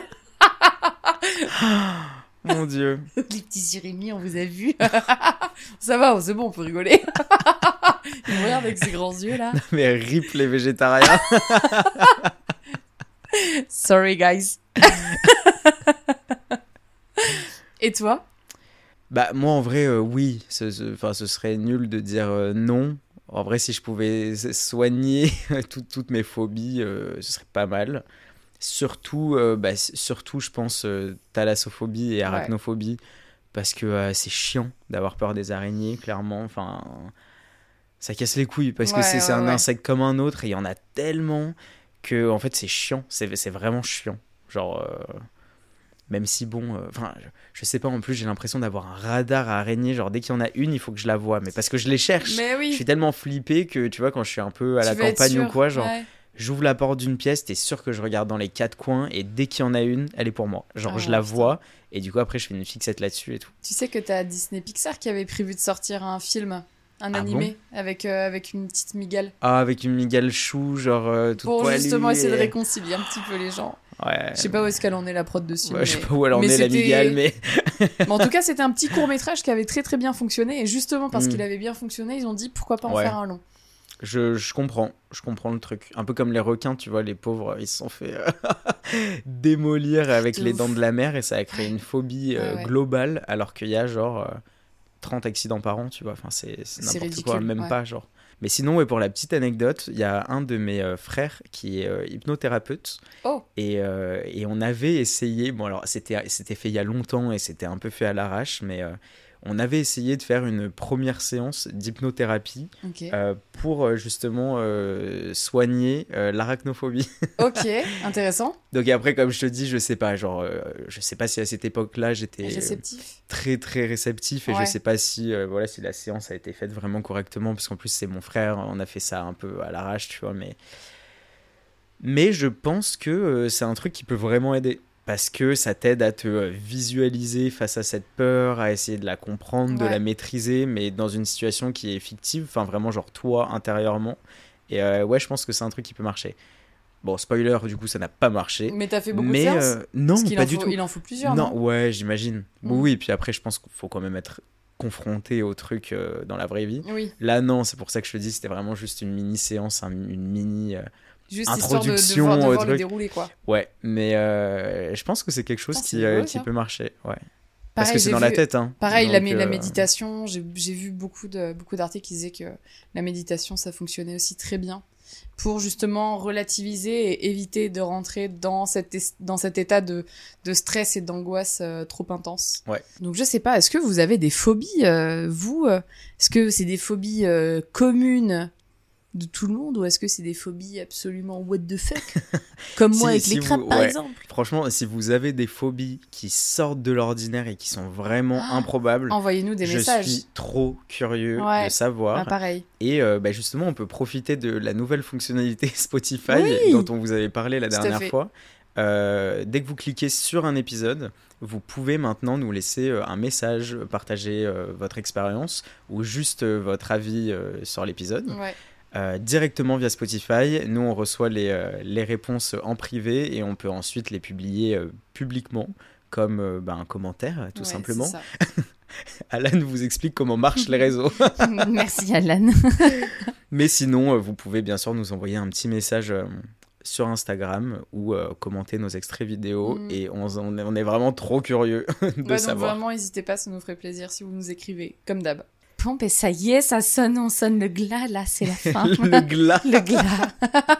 Mon dieu.
Les petits Jérémy, on vous a vu.
Ça va, c'est bon, on peut rigoler. il me regarde avec ses grands yeux là.
Mais rip les végétariens.
Sorry, guys. et toi
bah, moi, en vrai, euh, oui. Ce, ce- enfin, ce serait nul de dire euh, non. En vrai, si je pouvais s- soigner tout- toutes mes phobies, euh, ce serait pas mal. Surtout, euh, bah, s- surtout je pense, euh, thalassophobie et arachnophobie. Parce que euh, c'est chiant d'avoir peur des araignées, clairement. Enfin, ça casse les couilles. Parce que
Ouais,
c'est c'est
ouais,
un
ouais.
insecte comme un autre. Et il y en a tellement que, en fait, c'est chiant. C'est c'est vraiment chiant. Genre. euh, Même si bon, euh, enfin, je- je sais pas, en plus j'ai l'impression d'avoir un radar à araignée, genre dès qu'il y en a une, il faut que je la vois, mais parce que je les cherche.
Mais oui.
Je suis tellement flippé que tu vois, quand je suis un peu à
Tu
la
veux être
campagne ou
sûr,
quoi, genre
ouais.
j'ouvre la porte d'une pièce, t'es sûr que je regarde dans les quatre coins et dès qu'il y en a une, elle est pour moi. Genre
Ah,
je la
putain.
vois et du coup après je fais une fixette là-dessus et tout.
Tu sais que t'as Disney Pixar qui avait prévu de sortir un film, un
Ah
animé, avec, euh, avec une petite migale.
Ah, avec une migale chou, genre euh, toute
Pour
poilue
justement essayer de
et-
réconcilier un petit peu les gens.
Ouais.
Je sais pas où est-ce qu'elle en est la prod de ce film.
Ouais, je sais
mais-
pas où elle en
mais
est,
c'était-
l'amigale, mais.
Mais en tout cas, c'était un petit court métrage qui avait très très bien fonctionné. Et justement, parce
Mm.
qu'il avait bien fonctionné, ils ont dit pourquoi pas en
Ouais.
faire un long.
Je, je comprends, je comprends le truc. Un peu comme les requins, tu vois, les pauvres, ils se sont fait euh, démolir avec
De
les
ouf.
dents de la mer et ça a créé une phobie euh,
Ouais, ouais.
globale alors qu'il y a genre euh, 30 accidents par an, tu vois. Enfin, c'est c'est
C'est
n'importe quoi,
ridicule,
même
ouais.
pas, genre. Mais sinon, ouais, pour la petite anecdote, il y a un de mes euh, frères qui est euh, hypnothérapeute.
Oh.
Et, euh, et on avait essayé, bon alors c'était c'était fait il y a longtemps et c'était un peu fait à l'arrache, mais euh, on avait essayé de faire une première séance d'hypnothérapie
Ok.
euh, pour euh, justement euh, soigner euh, l'arachnophobie.
ok, intéressant.
Donc après, comme je te dis, je sais pas, genre, euh, je sais pas si à cette époque-là j'étais euh,
Réceptif.
très très réceptif et
Ouais.
je sais pas si euh, voilà si la séance a été faite vraiment correctement parce qu'en plus c'est mon frère, on a fait ça un peu à l'arrache, tu vois, mais mais je pense que euh, c'est un truc qui peut vraiment aider. Parce que ça t'aide à te euh, visualiser face à cette peur, à essayer de la comprendre, de
Ouais.
la maîtriser, mais dans une situation qui est fictive, enfin vraiment genre toi intérieurement. Et euh, ouais, je pense que c'est un truc qui peut marcher. Bon, spoiler, du coup ça n'a pas marché.
Mais t'as fait beaucoup
Mais
de séances
euh, non,
Parce qu'il
pas
en
du
faut-
tout.
Il en faut plusieurs.
Non, ouais, j'imagine.
Mm.
Oui, et puis après, je pense qu'il faut quand même être confronté au truc euh, dans la vraie vie.
Oui,
Là, non, c'est pour ça que je te dis, c'était vraiment juste une mini séance, un- une mini. euh,
juste
Introduction
histoire de, de voir, de
au
voir le
truc.
déroulé, quoi.
Ouais, mais euh, je pense que c'est quelque chose
Ah, c'est
qui, euh,
drôle,
qui
ça.
peut marcher. Ouais. Parce
Pareil,
que c'est
j'ai
dans la
vu-
tête. Hein.
Pareil, la,
Donc,
mé- la
euh,
méditation, j'ai j'ai vu beaucoup de beaucoup d'articles qui disaient que la méditation, ça fonctionnait aussi très bien pour justement relativiser et éviter de rentrer dans, cet es- dans cet état de, de stress et d'angoisse euh, trop intense.
Ouais.
Donc je sais pas, est-ce que vous avez des phobies, euh, vous euh, Est-ce que c'est des phobies euh, communes de tout le monde ou est-ce que c'est des phobies absolument what the fuck Comme
Si-
moi avec
si
les
vous-
crabes par
ouais.
exemple.
Franchement, si vous avez des phobies qui sortent de l'ordinaire et qui sont vraiment
Ah,
improbables,
Envoyez-nous des
je
messages.
suis trop curieux
Ouais.
de savoir.
Ah, pareil.
Et euh, bah, justement, on peut profiter de la nouvelle fonctionnalité Spotify
Oui.
dont on vous avait parlé la
Tout à
dernière
fait.
fois. Euh, dès que vous cliquez sur un épisode, vous pouvez maintenant nous laisser euh, un message, euh, partager euh, votre expérience ou juste euh, votre avis euh, sur l'épisode
Ouais.
Euh, directement via Spotify. Nous, on reçoit les, euh, les réponses en privé et on peut ensuite les publier euh, publiquement comme euh, bah, un commentaire, tout
Ouais, c'est
simplement.
ça.
Alan vous explique comment marchent les réseaux.
Merci Alan.
Mais sinon, euh, vous pouvez bien sûr nous envoyer un petit message euh, sur Instagram ou euh, commenter nos extraits vidéo.
Mm.
Et on, on est- on est vraiment trop curieux de
Ouais, Bah, donc
savoir.
vraiment, n'hésitez pas, ça nous ferait plaisir si vous nous écrivez, comme d'hab.
Bon, ben ça y est, ça sonne, on sonne le glas, là, c'est la fin.
hein.
Le glas.
le glas.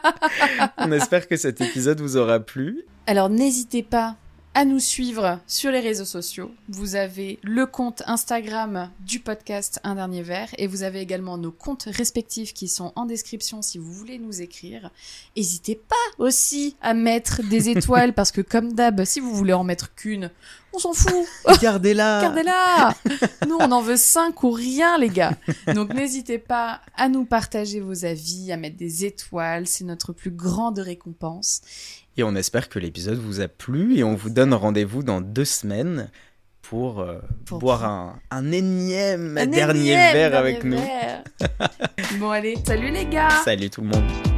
On espère que cet épisode vous aura plu.
Alors n'hésitez pas à nous suivre sur les réseaux sociaux. Vous avez le compte Instagram du podcast Un Dernier Verre et vous avez également nos comptes respectifs qui sont en description si vous voulez nous écrire. N'hésitez pas aussi à mettre des étoiles parce que comme d'hab, si vous voulez en mettre qu'une, on s'en fout.
Gardez-la.
Regardez-la Nous, on en veut 5 ou rien, les gars. Donc, n'hésitez pas à nous partager vos avis, à mettre des étoiles. C'est notre plus grande récompense.
Et on espère que l'épisode vous a plu. Et on vous donne rendez-vous dans deux semaines pour, euh,
Pour-
boire un, un énième Bah,
Un
dernier
énième
verre
dernier
avec nous.
verre. bon, allez, salut les gars
Salut tout le monde.